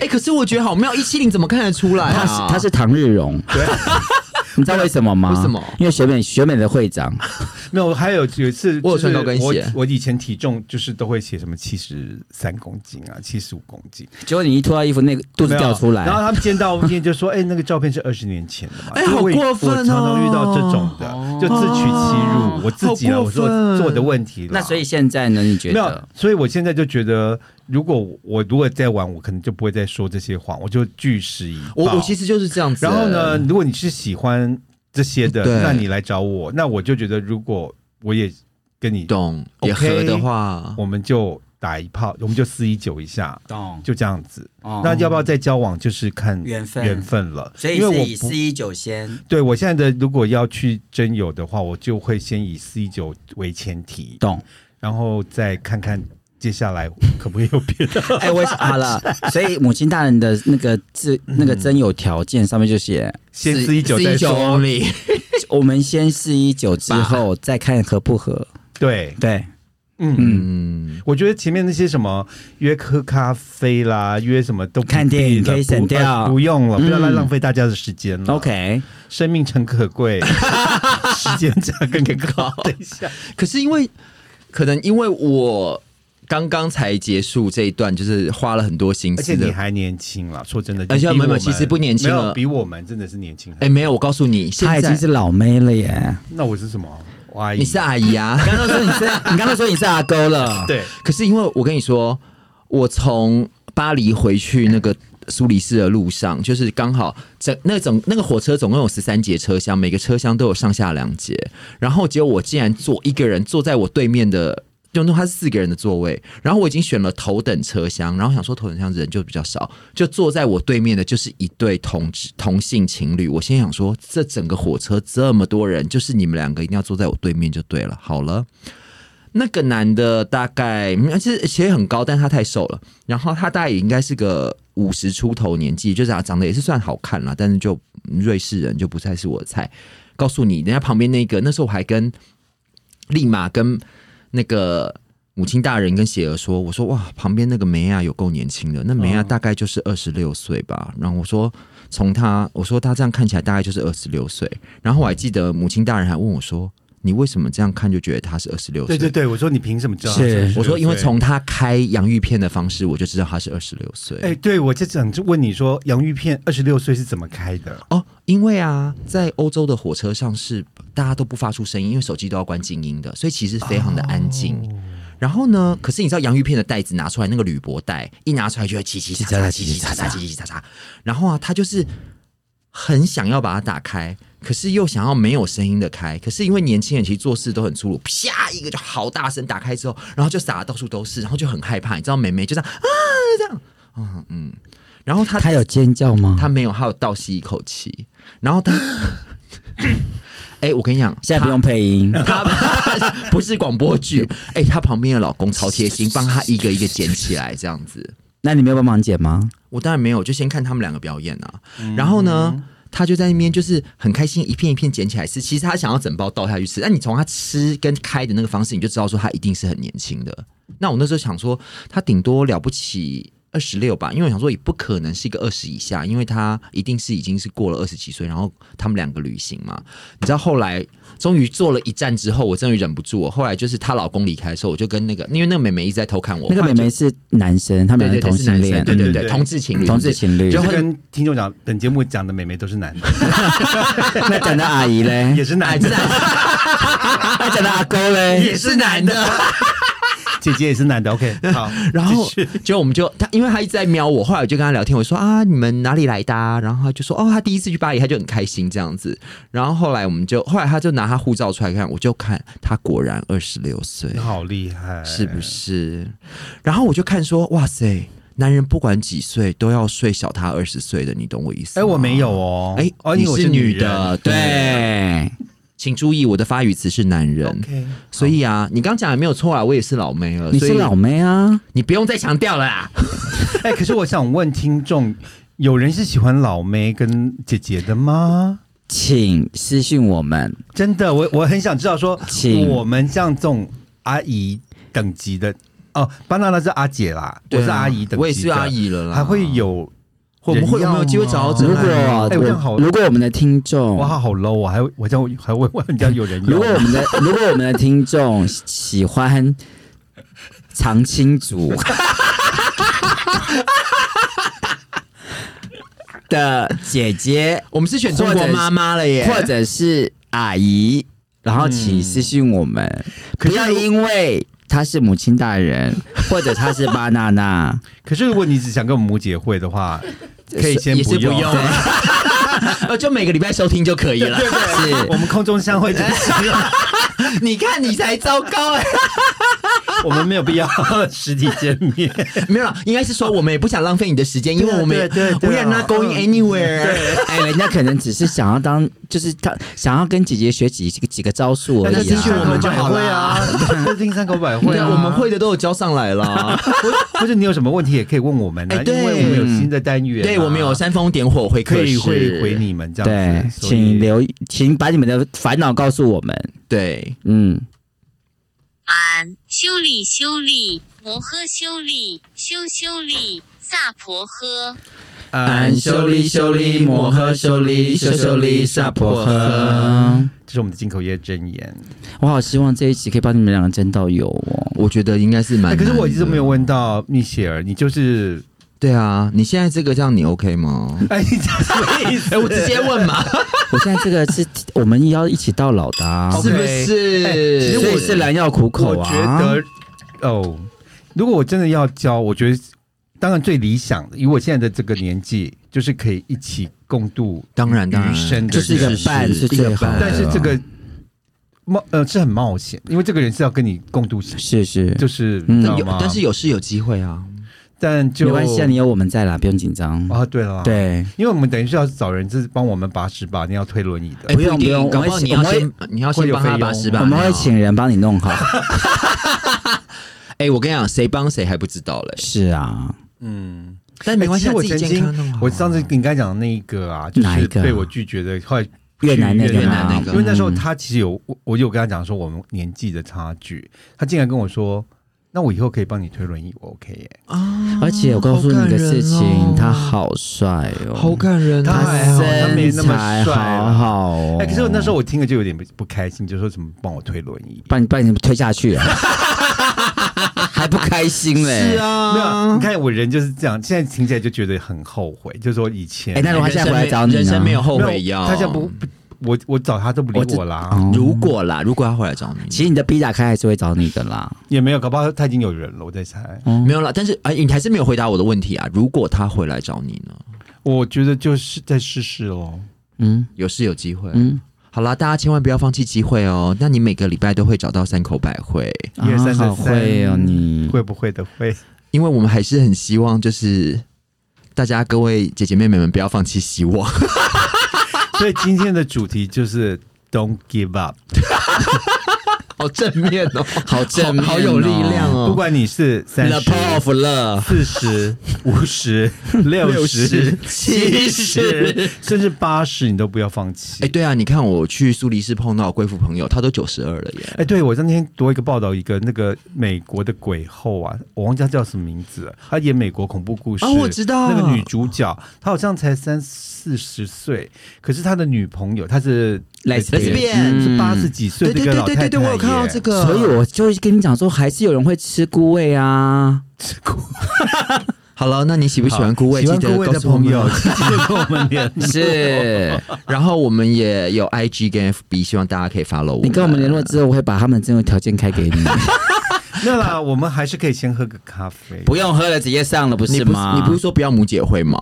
[SPEAKER 2] 哎、可是我觉得好妙，一七零怎么看得出来
[SPEAKER 3] 他
[SPEAKER 2] 啊？
[SPEAKER 3] 是他是唐日荣，
[SPEAKER 1] 哎对，
[SPEAKER 3] (laughs) 你知道为什么吗？
[SPEAKER 2] 为什么
[SPEAKER 3] 因为学美学美的会长，
[SPEAKER 1] (laughs) 没有，还有有一次，
[SPEAKER 2] 我有
[SPEAKER 1] 就是
[SPEAKER 2] 穿高跟
[SPEAKER 1] 我
[SPEAKER 2] 鞋
[SPEAKER 1] 我以前体重就是都会写什么七十三公斤啊，七十五公斤，
[SPEAKER 3] 结果你一脱掉衣服，那个肚子掉出来
[SPEAKER 1] 没有然。后他们见到面就说：“哎，那个照片是二十年前的嘛。”
[SPEAKER 2] 哎
[SPEAKER 1] 因为
[SPEAKER 2] 好
[SPEAKER 1] 我
[SPEAKER 2] 过分哦哦
[SPEAKER 1] 我常常遇到这种的，就自取其辱。我自己啊，
[SPEAKER 2] 好
[SPEAKER 1] 我
[SPEAKER 2] 过分
[SPEAKER 1] 说做的问题啦
[SPEAKER 3] 那所以现在呢？你觉
[SPEAKER 1] 没有
[SPEAKER 3] 得，
[SPEAKER 1] 所以我现在就觉得，如果我我如果再玩，我可能就不会再说这些谎，我就据实以
[SPEAKER 2] 我
[SPEAKER 1] 报。
[SPEAKER 2] 我其实就是这样子。
[SPEAKER 1] 然后呢，，如果你是喜欢这些的，
[SPEAKER 2] 对
[SPEAKER 1] 那你来找我，那我就觉得如果我也跟你
[SPEAKER 2] 懂
[SPEAKER 1] OK
[SPEAKER 2] 也合的话，
[SPEAKER 1] 我们就打一炮，我们就四一九一下，
[SPEAKER 4] 懂？
[SPEAKER 1] 就这样子。
[SPEAKER 4] 哦
[SPEAKER 1] 那要不要再交往，就是看
[SPEAKER 4] 缘分
[SPEAKER 1] 缘分
[SPEAKER 3] 哦
[SPEAKER 1] 了。
[SPEAKER 4] 所以
[SPEAKER 1] 因为
[SPEAKER 4] 是以
[SPEAKER 1] 我
[SPEAKER 4] 四
[SPEAKER 1] 不
[SPEAKER 4] 一九先，
[SPEAKER 1] 对我现在的如果要去真有的话，我就会先以四一九为前提，
[SPEAKER 4] 懂？
[SPEAKER 1] 然后再看看接下来可不可以有别的。
[SPEAKER 3] 哎，我也想好了，所以母亲大人的那个字，
[SPEAKER 1] 嗯
[SPEAKER 3] 那个真有条件上面就写，
[SPEAKER 1] 先四一九再
[SPEAKER 2] 四
[SPEAKER 1] 说，
[SPEAKER 2] only，
[SPEAKER 3] 我们先试一九之后再看合不合。
[SPEAKER 1] 对，
[SPEAKER 3] 对，
[SPEAKER 1] 嗯。
[SPEAKER 2] 嗯，
[SPEAKER 1] 我觉得前面那些什么约喝咖啡啦，约什么都不必了
[SPEAKER 3] 看电影可以省
[SPEAKER 1] 不呃
[SPEAKER 3] 掉
[SPEAKER 1] 不用了，不要再
[SPEAKER 3] 嗯
[SPEAKER 1] 浪费大家的时间
[SPEAKER 2] 哦
[SPEAKER 1] 了。
[SPEAKER 3] OK，
[SPEAKER 1] 生命诚可
[SPEAKER 2] (laughs)
[SPEAKER 1] 贵，时间价更高。等一下，
[SPEAKER 2] 可 (laughs) 是因为可能因为我刚刚才结束这一段，就是花了很多心
[SPEAKER 1] 而且
[SPEAKER 2] 思
[SPEAKER 1] 你
[SPEAKER 2] 的。
[SPEAKER 1] 还年轻了，说真的，
[SPEAKER 2] 而
[SPEAKER 1] 比
[SPEAKER 2] 且
[SPEAKER 1] 我
[SPEAKER 2] 没有
[SPEAKER 1] 们
[SPEAKER 2] 其实不年轻啊了
[SPEAKER 1] 没有比我们真的是年轻很
[SPEAKER 2] 哎、
[SPEAKER 1] 多。
[SPEAKER 2] 没有，我告诉你，现
[SPEAKER 3] 她已经
[SPEAKER 2] 在
[SPEAKER 3] 是老妹了耶。
[SPEAKER 1] 那我是什么？我阿姨
[SPEAKER 2] 你是阿姨啊。
[SPEAKER 3] 刚刚说你是，你刚刚说你是阿勾
[SPEAKER 2] (laughs)
[SPEAKER 3] 了。
[SPEAKER 1] 对，
[SPEAKER 2] 可是因为我跟你说，我从巴黎回去那个苏黎世的路上，就是刚好整那整那个火车总共有十三节车厢，每个车厢都有上下两节。然后结果我竟然坐一个人坐在我对面的。就那它是四个人的座位，然后我已经选了头等车厢，然后想说头等车厢人就比较少，就坐在我对面的就是一对同志同性情侣。我心想说，这整个火车这么多人，就是你们两个一定要坐在我对面就对了。好了，那个男的大概，嗯其实其实很高，但他太瘦了。然后他大概也应该是个五十出头年纪，就是啊长得也是算好看啦，但是就嗯瑞士人就不太是我的菜。告诉你，人家旁边那个，那时候我还跟立马跟那个呃母亲大人跟雪儿说，我说哇，旁边那个梅亚有够年轻的，那
[SPEAKER 1] 嗯
[SPEAKER 2] 梅亚大概就是二十六岁吧。然后我说从他，我说他这样看起来大概就是二十六岁。然后我还记得母亲大人还问我说。你为什么这样看就觉得他是二十六岁？
[SPEAKER 1] 对对对，我说你凭什么知道？
[SPEAKER 3] 是
[SPEAKER 2] 我说，因为从他开洋芋片的方式，我就知道他是二十六岁。
[SPEAKER 1] 哎，对我就想就问你说，洋芋片二十六岁是怎么开的？
[SPEAKER 2] 哦，因为啊，在欧洲的火车上是大家都不发出声音，因为手机都要关静音的，所以其实非常的安静。然后呢，可是你知道洋芋片的袋子拿出来，那个铝箔袋一拿出来就会叽叽喳喳、叽叽喳喳、叽叽喳喳。然后啊，他就是很想要把它打开，可是又想要没有声音的开。可是因为年轻人其实做事都很粗鲁，啪一个就好大声打开之后，然后就撒得到处都是，然后就很害怕。你知道，妹妹就这样啊，这样，嗯嗯。然后他
[SPEAKER 3] 她有尖叫吗？
[SPEAKER 2] 他没有，他有倒吸一口气，然后他， (laughs) 哎、我跟你讲，
[SPEAKER 3] 现在不用配音。
[SPEAKER 2] 他 (laughs) 不是广播剧，哎、他旁边的老公超贴心，帮他一个一个捡起来，这样子。
[SPEAKER 3] 那你没有帮忙剪吗？
[SPEAKER 2] 我当然没有，就先看他们两个表演啊。然后呢，他就在那边就是很开心，一片一片捡起来吃。其实他想要整包倒下去吃，但你从他吃跟开的那个方式，你就知道说他一定是很年轻的。那我那时候想说，他顶多了不起。二十六吧，因为我想说也不可能是一个二十以下，因为他一定是已经是过了二十几岁，然后他们两个旅行嘛。你知道后来终于坐了一站之后，我终于忍不住了。后来就是她老公离开的时候，我就跟那个，因为那个妹妹一直在偷看我，
[SPEAKER 3] 那个妹
[SPEAKER 2] 后来
[SPEAKER 3] 妹
[SPEAKER 2] 就是
[SPEAKER 3] 男生，他们
[SPEAKER 2] 对对对
[SPEAKER 3] 俩是同
[SPEAKER 2] 是
[SPEAKER 3] 性
[SPEAKER 2] 男
[SPEAKER 3] 恋
[SPEAKER 2] 生，，对对
[SPEAKER 1] 嗯
[SPEAKER 2] 对，同志情侣，
[SPEAKER 3] 同志情侣
[SPEAKER 2] 就。
[SPEAKER 1] 就是跟听众讲，本节目讲的美眉都是男的，
[SPEAKER 3] 嗯那讲到阿姨
[SPEAKER 1] (laughs) 也
[SPEAKER 2] (laughs)
[SPEAKER 3] 嘞，
[SPEAKER 2] 哎
[SPEAKER 1] 是男的，
[SPEAKER 3] 那讲到阿勾嘞，
[SPEAKER 2] 也是男的。
[SPEAKER 1] 姐姐也是男的。OK，好， (laughs)
[SPEAKER 2] 然后就我们就他，因为他一直在瞄我，后来我就跟他聊天，我说啊，你们哪里来的、啊？然后他就说哦，他第一次去巴黎，他就很开心这样子。然后后来我们就，后来他就拿他护照出来看，我就看他果然二十六岁
[SPEAKER 1] 你，好厉害，
[SPEAKER 2] 是不？是？然后我就看说，哇塞，男人不管几岁都要睡小他二十岁的，你懂我意思
[SPEAKER 1] 哎，
[SPEAKER 2] 吗？
[SPEAKER 1] 我没有哦，
[SPEAKER 2] 哎、
[SPEAKER 1] 哦，因
[SPEAKER 2] 你
[SPEAKER 1] 为我
[SPEAKER 2] 是
[SPEAKER 1] 女
[SPEAKER 2] 女的，
[SPEAKER 1] 人
[SPEAKER 2] 对，
[SPEAKER 3] 对，
[SPEAKER 2] 请注意我的发语词是男人。
[SPEAKER 1] ，OK，
[SPEAKER 2] 所以啊，你刚讲也没有错啊，我也是老妹了，
[SPEAKER 3] 你
[SPEAKER 2] 所
[SPEAKER 3] 是
[SPEAKER 2] 以
[SPEAKER 3] 老妹啊，
[SPEAKER 2] 你不用再强调了啊啦。
[SPEAKER 1] 哎，可是我想问听众，有人是喜欢老妹跟姐姐的吗？
[SPEAKER 3] 请私信我们，
[SPEAKER 1] 真的，我我很想知道说，
[SPEAKER 3] 请
[SPEAKER 1] 我们像这种阿姨等级的，哦，巴娜娜是阿姐啦，我
[SPEAKER 2] 对啊
[SPEAKER 1] 是阿姨等级，
[SPEAKER 2] 我也是阿，姨了啦，
[SPEAKER 1] 还会有
[SPEAKER 2] 我们会
[SPEAKER 1] 人
[SPEAKER 2] 有
[SPEAKER 1] 要
[SPEAKER 2] 没有机会找到
[SPEAKER 1] 吗
[SPEAKER 2] 真
[SPEAKER 3] 哦如果
[SPEAKER 2] 爱啊？
[SPEAKER 1] 哎我这样好
[SPEAKER 3] 我如果我们的听众，
[SPEAKER 1] 哇，好 low 啊，还会我这样还会问 (laughs) 人家有人要
[SPEAKER 3] 如果我
[SPEAKER 2] (laughs)
[SPEAKER 3] 们的如果我们的听众喜欢长
[SPEAKER 2] (laughs)
[SPEAKER 3] 青族的姐姐
[SPEAKER 2] 我们是选中国妈妈了耶，
[SPEAKER 3] 或者是阿姨，然后请私信我们，
[SPEAKER 1] 嗯可
[SPEAKER 3] 不
[SPEAKER 1] 是
[SPEAKER 3] 要
[SPEAKER 1] 如
[SPEAKER 3] 因为她是母亲大人， (laughs) 或者她是巴娜娜，
[SPEAKER 1] 可是如果你只想跟我们母姐会的
[SPEAKER 2] (laughs)
[SPEAKER 1] 话，可以先
[SPEAKER 2] 也是不
[SPEAKER 1] 用
[SPEAKER 2] 用。啊， (laughs) 呃，就每个礼拜收听就可以 (laughs) 了。
[SPEAKER 3] 是
[SPEAKER 2] (laughs)
[SPEAKER 1] 我们空中相会就是了。
[SPEAKER 2] 你看你才糟糕哎、
[SPEAKER 1] 我们没有必要实体见面。
[SPEAKER 2] 没有啦，应该是说我们也不想浪费你的时间，因为我们
[SPEAKER 1] 对对对
[SPEAKER 2] we are not going anywhere。
[SPEAKER 3] 哎，人家可能只是想要当，就是他想要跟姐姐学几几个招数而
[SPEAKER 1] 那就
[SPEAKER 3] 已
[SPEAKER 1] 听山
[SPEAKER 2] 我
[SPEAKER 1] 口
[SPEAKER 2] 们
[SPEAKER 3] 啊。
[SPEAKER 2] 就
[SPEAKER 1] 百
[SPEAKER 2] 好
[SPEAKER 1] 惠
[SPEAKER 2] 啦
[SPEAKER 1] 啊，就听山口百惠
[SPEAKER 2] 对啊，
[SPEAKER 1] 啊，
[SPEAKER 2] 我们会的都有交上来 (laughs) 啦。
[SPEAKER 1] 或者你有什么问题也可以问我们啊，
[SPEAKER 2] 哎对
[SPEAKER 1] 因为我们有新的单元啊，
[SPEAKER 2] 对，我们有煽风点火回
[SPEAKER 1] 可
[SPEAKER 2] 客
[SPEAKER 1] 以
[SPEAKER 2] 室，
[SPEAKER 1] 会回。你们这
[SPEAKER 3] 对
[SPEAKER 1] 样，子，所以
[SPEAKER 3] 请留，请把你们的烦恼告诉我们。
[SPEAKER 2] 对，
[SPEAKER 3] 嗯，
[SPEAKER 4] 俺修理修理摩诃修理修修理萨婆诃。
[SPEAKER 1] 安
[SPEAKER 2] 修利修利摩诃修利修修利萨婆诃。
[SPEAKER 1] 这是我们的进口业真言。
[SPEAKER 2] 嗯
[SPEAKER 3] 我好希望这一集可以帮你们两个争到有哦。
[SPEAKER 2] 我觉得应该是蛮
[SPEAKER 1] 哎，
[SPEAKER 2] 难的、
[SPEAKER 1] 可是我一直都没有问到蜜雪儿，你就是
[SPEAKER 2] 对啊，你现在这个这样你 OK 吗？
[SPEAKER 1] 哎，你这
[SPEAKER 2] (laughs)
[SPEAKER 1] 什么意思？
[SPEAKER 2] 哎、我直接问 (laughs) 嘛，
[SPEAKER 3] 我现在这个是我们要一起到老的、啊，
[SPEAKER 1] 好
[SPEAKER 2] 是不
[SPEAKER 1] OK
[SPEAKER 2] 是？
[SPEAKER 1] 哎其实
[SPEAKER 3] 所
[SPEAKER 1] 我
[SPEAKER 3] 以是良药苦口
[SPEAKER 1] 我
[SPEAKER 3] 啊。
[SPEAKER 1] 觉得哦，如果我真的要教，我觉得当然最理想的，以我现在的这个年纪，就是可以一起共度
[SPEAKER 2] 当然当然
[SPEAKER 1] 余生的
[SPEAKER 3] 就
[SPEAKER 1] 人，
[SPEAKER 3] 是一个伴是最好的，
[SPEAKER 1] 但是这个冒呃是很冒险，因为这个人是要跟你共度，
[SPEAKER 3] 是是，
[SPEAKER 1] 就是你
[SPEAKER 3] 嗯
[SPEAKER 1] 知
[SPEAKER 2] 但
[SPEAKER 1] 道
[SPEAKER 2] 有
[SPEAKER 1] 吗？
[SPEAKER 2] 但是有是有机会啊。
[SPEAKER 1] 但就
[SPEAKER 3] 没关系啊，你有我们在啦，不用紧张。
[SPEAKER 1] 啊，对了，。
[SPEAKER 3] 对，
[SPEAKER 1] 因为我们等于是要找人，就是帮我们把屎把尿推轮椅的。
[SPEAKER 2] 哎
[SPEAKER 3] 不用
[SPEAKER 2] 一定
[SPEAKER 3] 不用
[SPEAKER 2] 搞不
[SPEAKER 3] 我
[SPEAKER 2] 好
[SPEAKER 3] 们
[SPEAKER 2] 你
[SPEAKER 3] 会
[SPEAKER 2] 要
[SPEAKER 3] 我们
[SPEAKER 2] 先你要先帮他把屎把
[SPEAKER 3] 我们会
[SPEAKER 2] 尿
[SPEAKER 3] 请人帮你
[SPEAKER 1] (laughs)
[SPEAKER 3] 弄好。
[SPEAKER 2] 哎、我跟你讲，谁帮谁还不知道嘞。
[SPEAKER 3] 是啊，
[SPEAKER 1] 嗯，
[SPEAKER 2] 但没关系，啊
[SPEAKER 1] 哎其
[SPEAKER 2] 自
[SPEAKER 1] 实我
[SPEAKER 2] 己
[SPEAKER 1] 曾
[SPEAKER 2] 健康弄
[SPEAKER 1] 经
[SPEAKER 2] 好，
[SPEAKER 1] 我上次你刚才讲的那一个啊，就
[SPEAKER 3] 哪一
[SPEAKER 1] 是
[SPEAKER 3] 个啊
[SPEAKER 1] 被我拒绝的，后来
[SPEAKER 3] 越南那个嘛
[SPEAKER 2] 越南那个
[SPEAKER 1] 因为那时候
[SPEAKER 3] 嗯
[SPEAKER 1] 他其实有我，我有跟他讲说我们年纪的差距，他竟然跟我说。那我以后可以帮你推轮椅，我 OK 耶、
[SPEAKER 2] 啊
[SPEAKER 3] 而且我告诉你一个事情，他好帅哦，
[SPEAKER 2] 好感人哦，
[SPEAKER 1] 他还好他没
[SPEAKER 3] 身
[SPEAKER 1] 那么
[SPEAKER 3] 材
[SPEAKER 1] 帅
[SPEAKER 3] 好
[SPEAKER 1] 啦
[SPEAKER 3] 好哦。
[SPEAKER 1] 哎、可是我那时候我听了就有点不不开心，就说怎么帮我推轮椅？
[SPEAKER 3] 把你把你推
[SPEAKER 1] (laughs)
[SPEAKER 3] 下去啊，还不开心嘞？
[SPEAKER 2] 是，啊，
[SPEAKER 1] 没有，你看我人就是这样，现在听起来就觉得很后悔，就是说以前
[SPEAKER 3] 哎那如果他现在回来找你呢
[SPEAKER 2] 人生没有后
[SPEAKER 1] 没有
[SPEAKER 2] 悔药。
[SPEAKER 1] 他现在不，不我我找他都不
[SPEAKER 3] 我
[SPEAKER 1] 理
[SPEAKER 3] 知
[SPEAKER 1] 我啦，
[SPEAKER 3] 哦
[SPEAKER 2] 如果啦，如果他回来找你，
[SPEAKER 3] 其实你的 B 打开还是会找你的啦。
[SPEAKER 1] 也没有，搞不好他已经有人了，我在猜。
[SPEAKER 2] 没有啦。但是哎，你还是没有回答我的问题啊。如果他回来找你呢，
[SPEAKER 1] 我觉得就是再试试喽。
[SPEAKER 3] 嗯
[SPEAKER 2] 有是有机会。
[SPEAKER 3] 嗯，
[SPEAKER 2] 好啦，大家千万不要放弃机会哦。那你每个礼拜都会找到三口百惠，
[SPEAKER 1] 一二三
[SPEAKER 3] 啊
[SPEAKER 1] 四
[SPEAKER 3] 好会哦
[SPEAKER 1] 三
[SPEAKER 3] 你。
[SPEAKER 1] 会不会的
[SPEAKER 3] (laughs)
[SPEAKER 1] 会？
[SPEAKER 2] 因为我们还是很希望，就是大家各位姐姐妹妹们不要放弃希望。
[SPEAKER 1] 所以今天的主题就是 Don't give up，、
[SPEAKER 2] 好正面哦，
[SPEAKER 3] 好正面哦
[SPEAKER 2] 好有力量哦。
[SPEAKER 1] 不管你是三
[SPEAKER 2] The
[SPEAKER 1] 十、
[SPEAKER 2] power of love，
[SPEAKER 1] 四十、五
[SPEAKER 2] (laughs)
[SPEAKER 1] 十、六十、七十，甚至八十，你都不要放弃。
[SPEAKER 2] 哎、对啊，你看我去苏黎世碰到贵妇朋友，她都九十二了耶。
[SPEAKER 1] 哎、对我那天读一个报道，一个那个美国的鬼后啊，我忘记她叫什么名字了，她演美国恐怖故事，
[SPEAKER 2] 啊我知道
[SPEAKER 1] 那个女主角，她好像才三四十岁，可是她的女朋友，她是呃
[SPEAKER 3] Lesbian
[SPEAKER 1] 是
[SPEAKER 3] 嗯
[SPEAKER 1] 八十几岁
[SPEAKER 2] 对
[SPEAKER 1] 的一
[SPEAKER 2] 对
[SPEAKER 1] 个
[SPEAKER 2] 对
[SPEAKER 1] 老
[SPEAKER 2] 对
[SPEAKER 1] 太太
[SPEAKER 2] 对对，我有看到
[SPEAKER 1] 耶
[SPEAKER 2] 这个，
[SPEAKER 3] 所以我就跟你讲说，还是有人会吃菇味啊。
[SPEAKER 2] 好了，那你喜不喜欢菇味？
[SPEAKER 1] 喜欢
[SPEAKER 2] 记得
[SPEAKER 1] 顾问
[SPEAKER 2] 告
[SPEAKER 1] 的
[SPEAKER 2] 诉我
[SPEAKER 1] 朋
[SPEAKER 2] 们
[SPEAKER 1] 友，
[SPEAKER 2] 哦。
[SPEAKER 1] 记得跟我们
[SPEAKER 2] (laughs)
[SPEAKER 1] 联络。
[SPEAKER 3] 是
[SPEAKER 2] 然后我们也有 IG 跟 FB，希望大家可以 follow 我。
[SPEAKER 3] 你跟我们联络，之后，我会把他们这种条件开给
[SPEAKER 1] (laughs)
[SPEAKER 3] 你。
[SPEAKER 1] 那啦，我们还是可以先喝个咖啡。
[SPEAKER 3] 不用喝了，直接上了，不
[SPEAKER 2] 你
[SPEAKER 3] 是
[SPEAKER 2] 不
[SPEAKER 3] 吗？
[SPEAKER 2] 你不是说不要母姐会
[SPEAKER 3] (laughs)
[SPEAKER 2] 吗？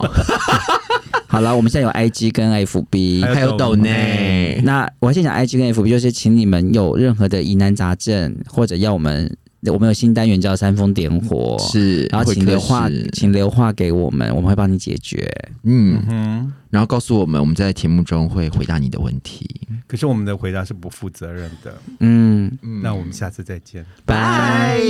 [SPEAKER 3] 好了，我们现在有 IG 跟 FB，
[SPEAKER 1] 还有
[SPEAKER 2] 还有
[SPEAKER 1] 抖
[SPEAKER 2] 抖
[SPEAKER 1] 内
[SPEAKER 2] 内，
[SPEAKER 3] (laughs) 那我要先讲 IG 跟 FB，就是请你们有任何的疑难杂症，或者要我们，我们有新单元叫煽风点火，，
[SPEAKER 2] 是，
[SPEAKER 3] 然后请
[SPEAKER 2] 会
[SPEAKER 3] 留
[SPEAKER 2] 客室
[SPEAKER 3] 话，请留话给我们，我们会帮你解决。
[SPEAKER 2] 嗯，
[SPEAKER 1] 嗯，
[SPEAKER 2] 然后告诉我们，我们在节目中会回答你的问题。
[SPEAKER 1] 可是我们的回答是不负责任的。
[SPEAKER 3] 嗯，
[SPEAKER 1] 那我们下次再见。
[SPEAKER 3] 拜。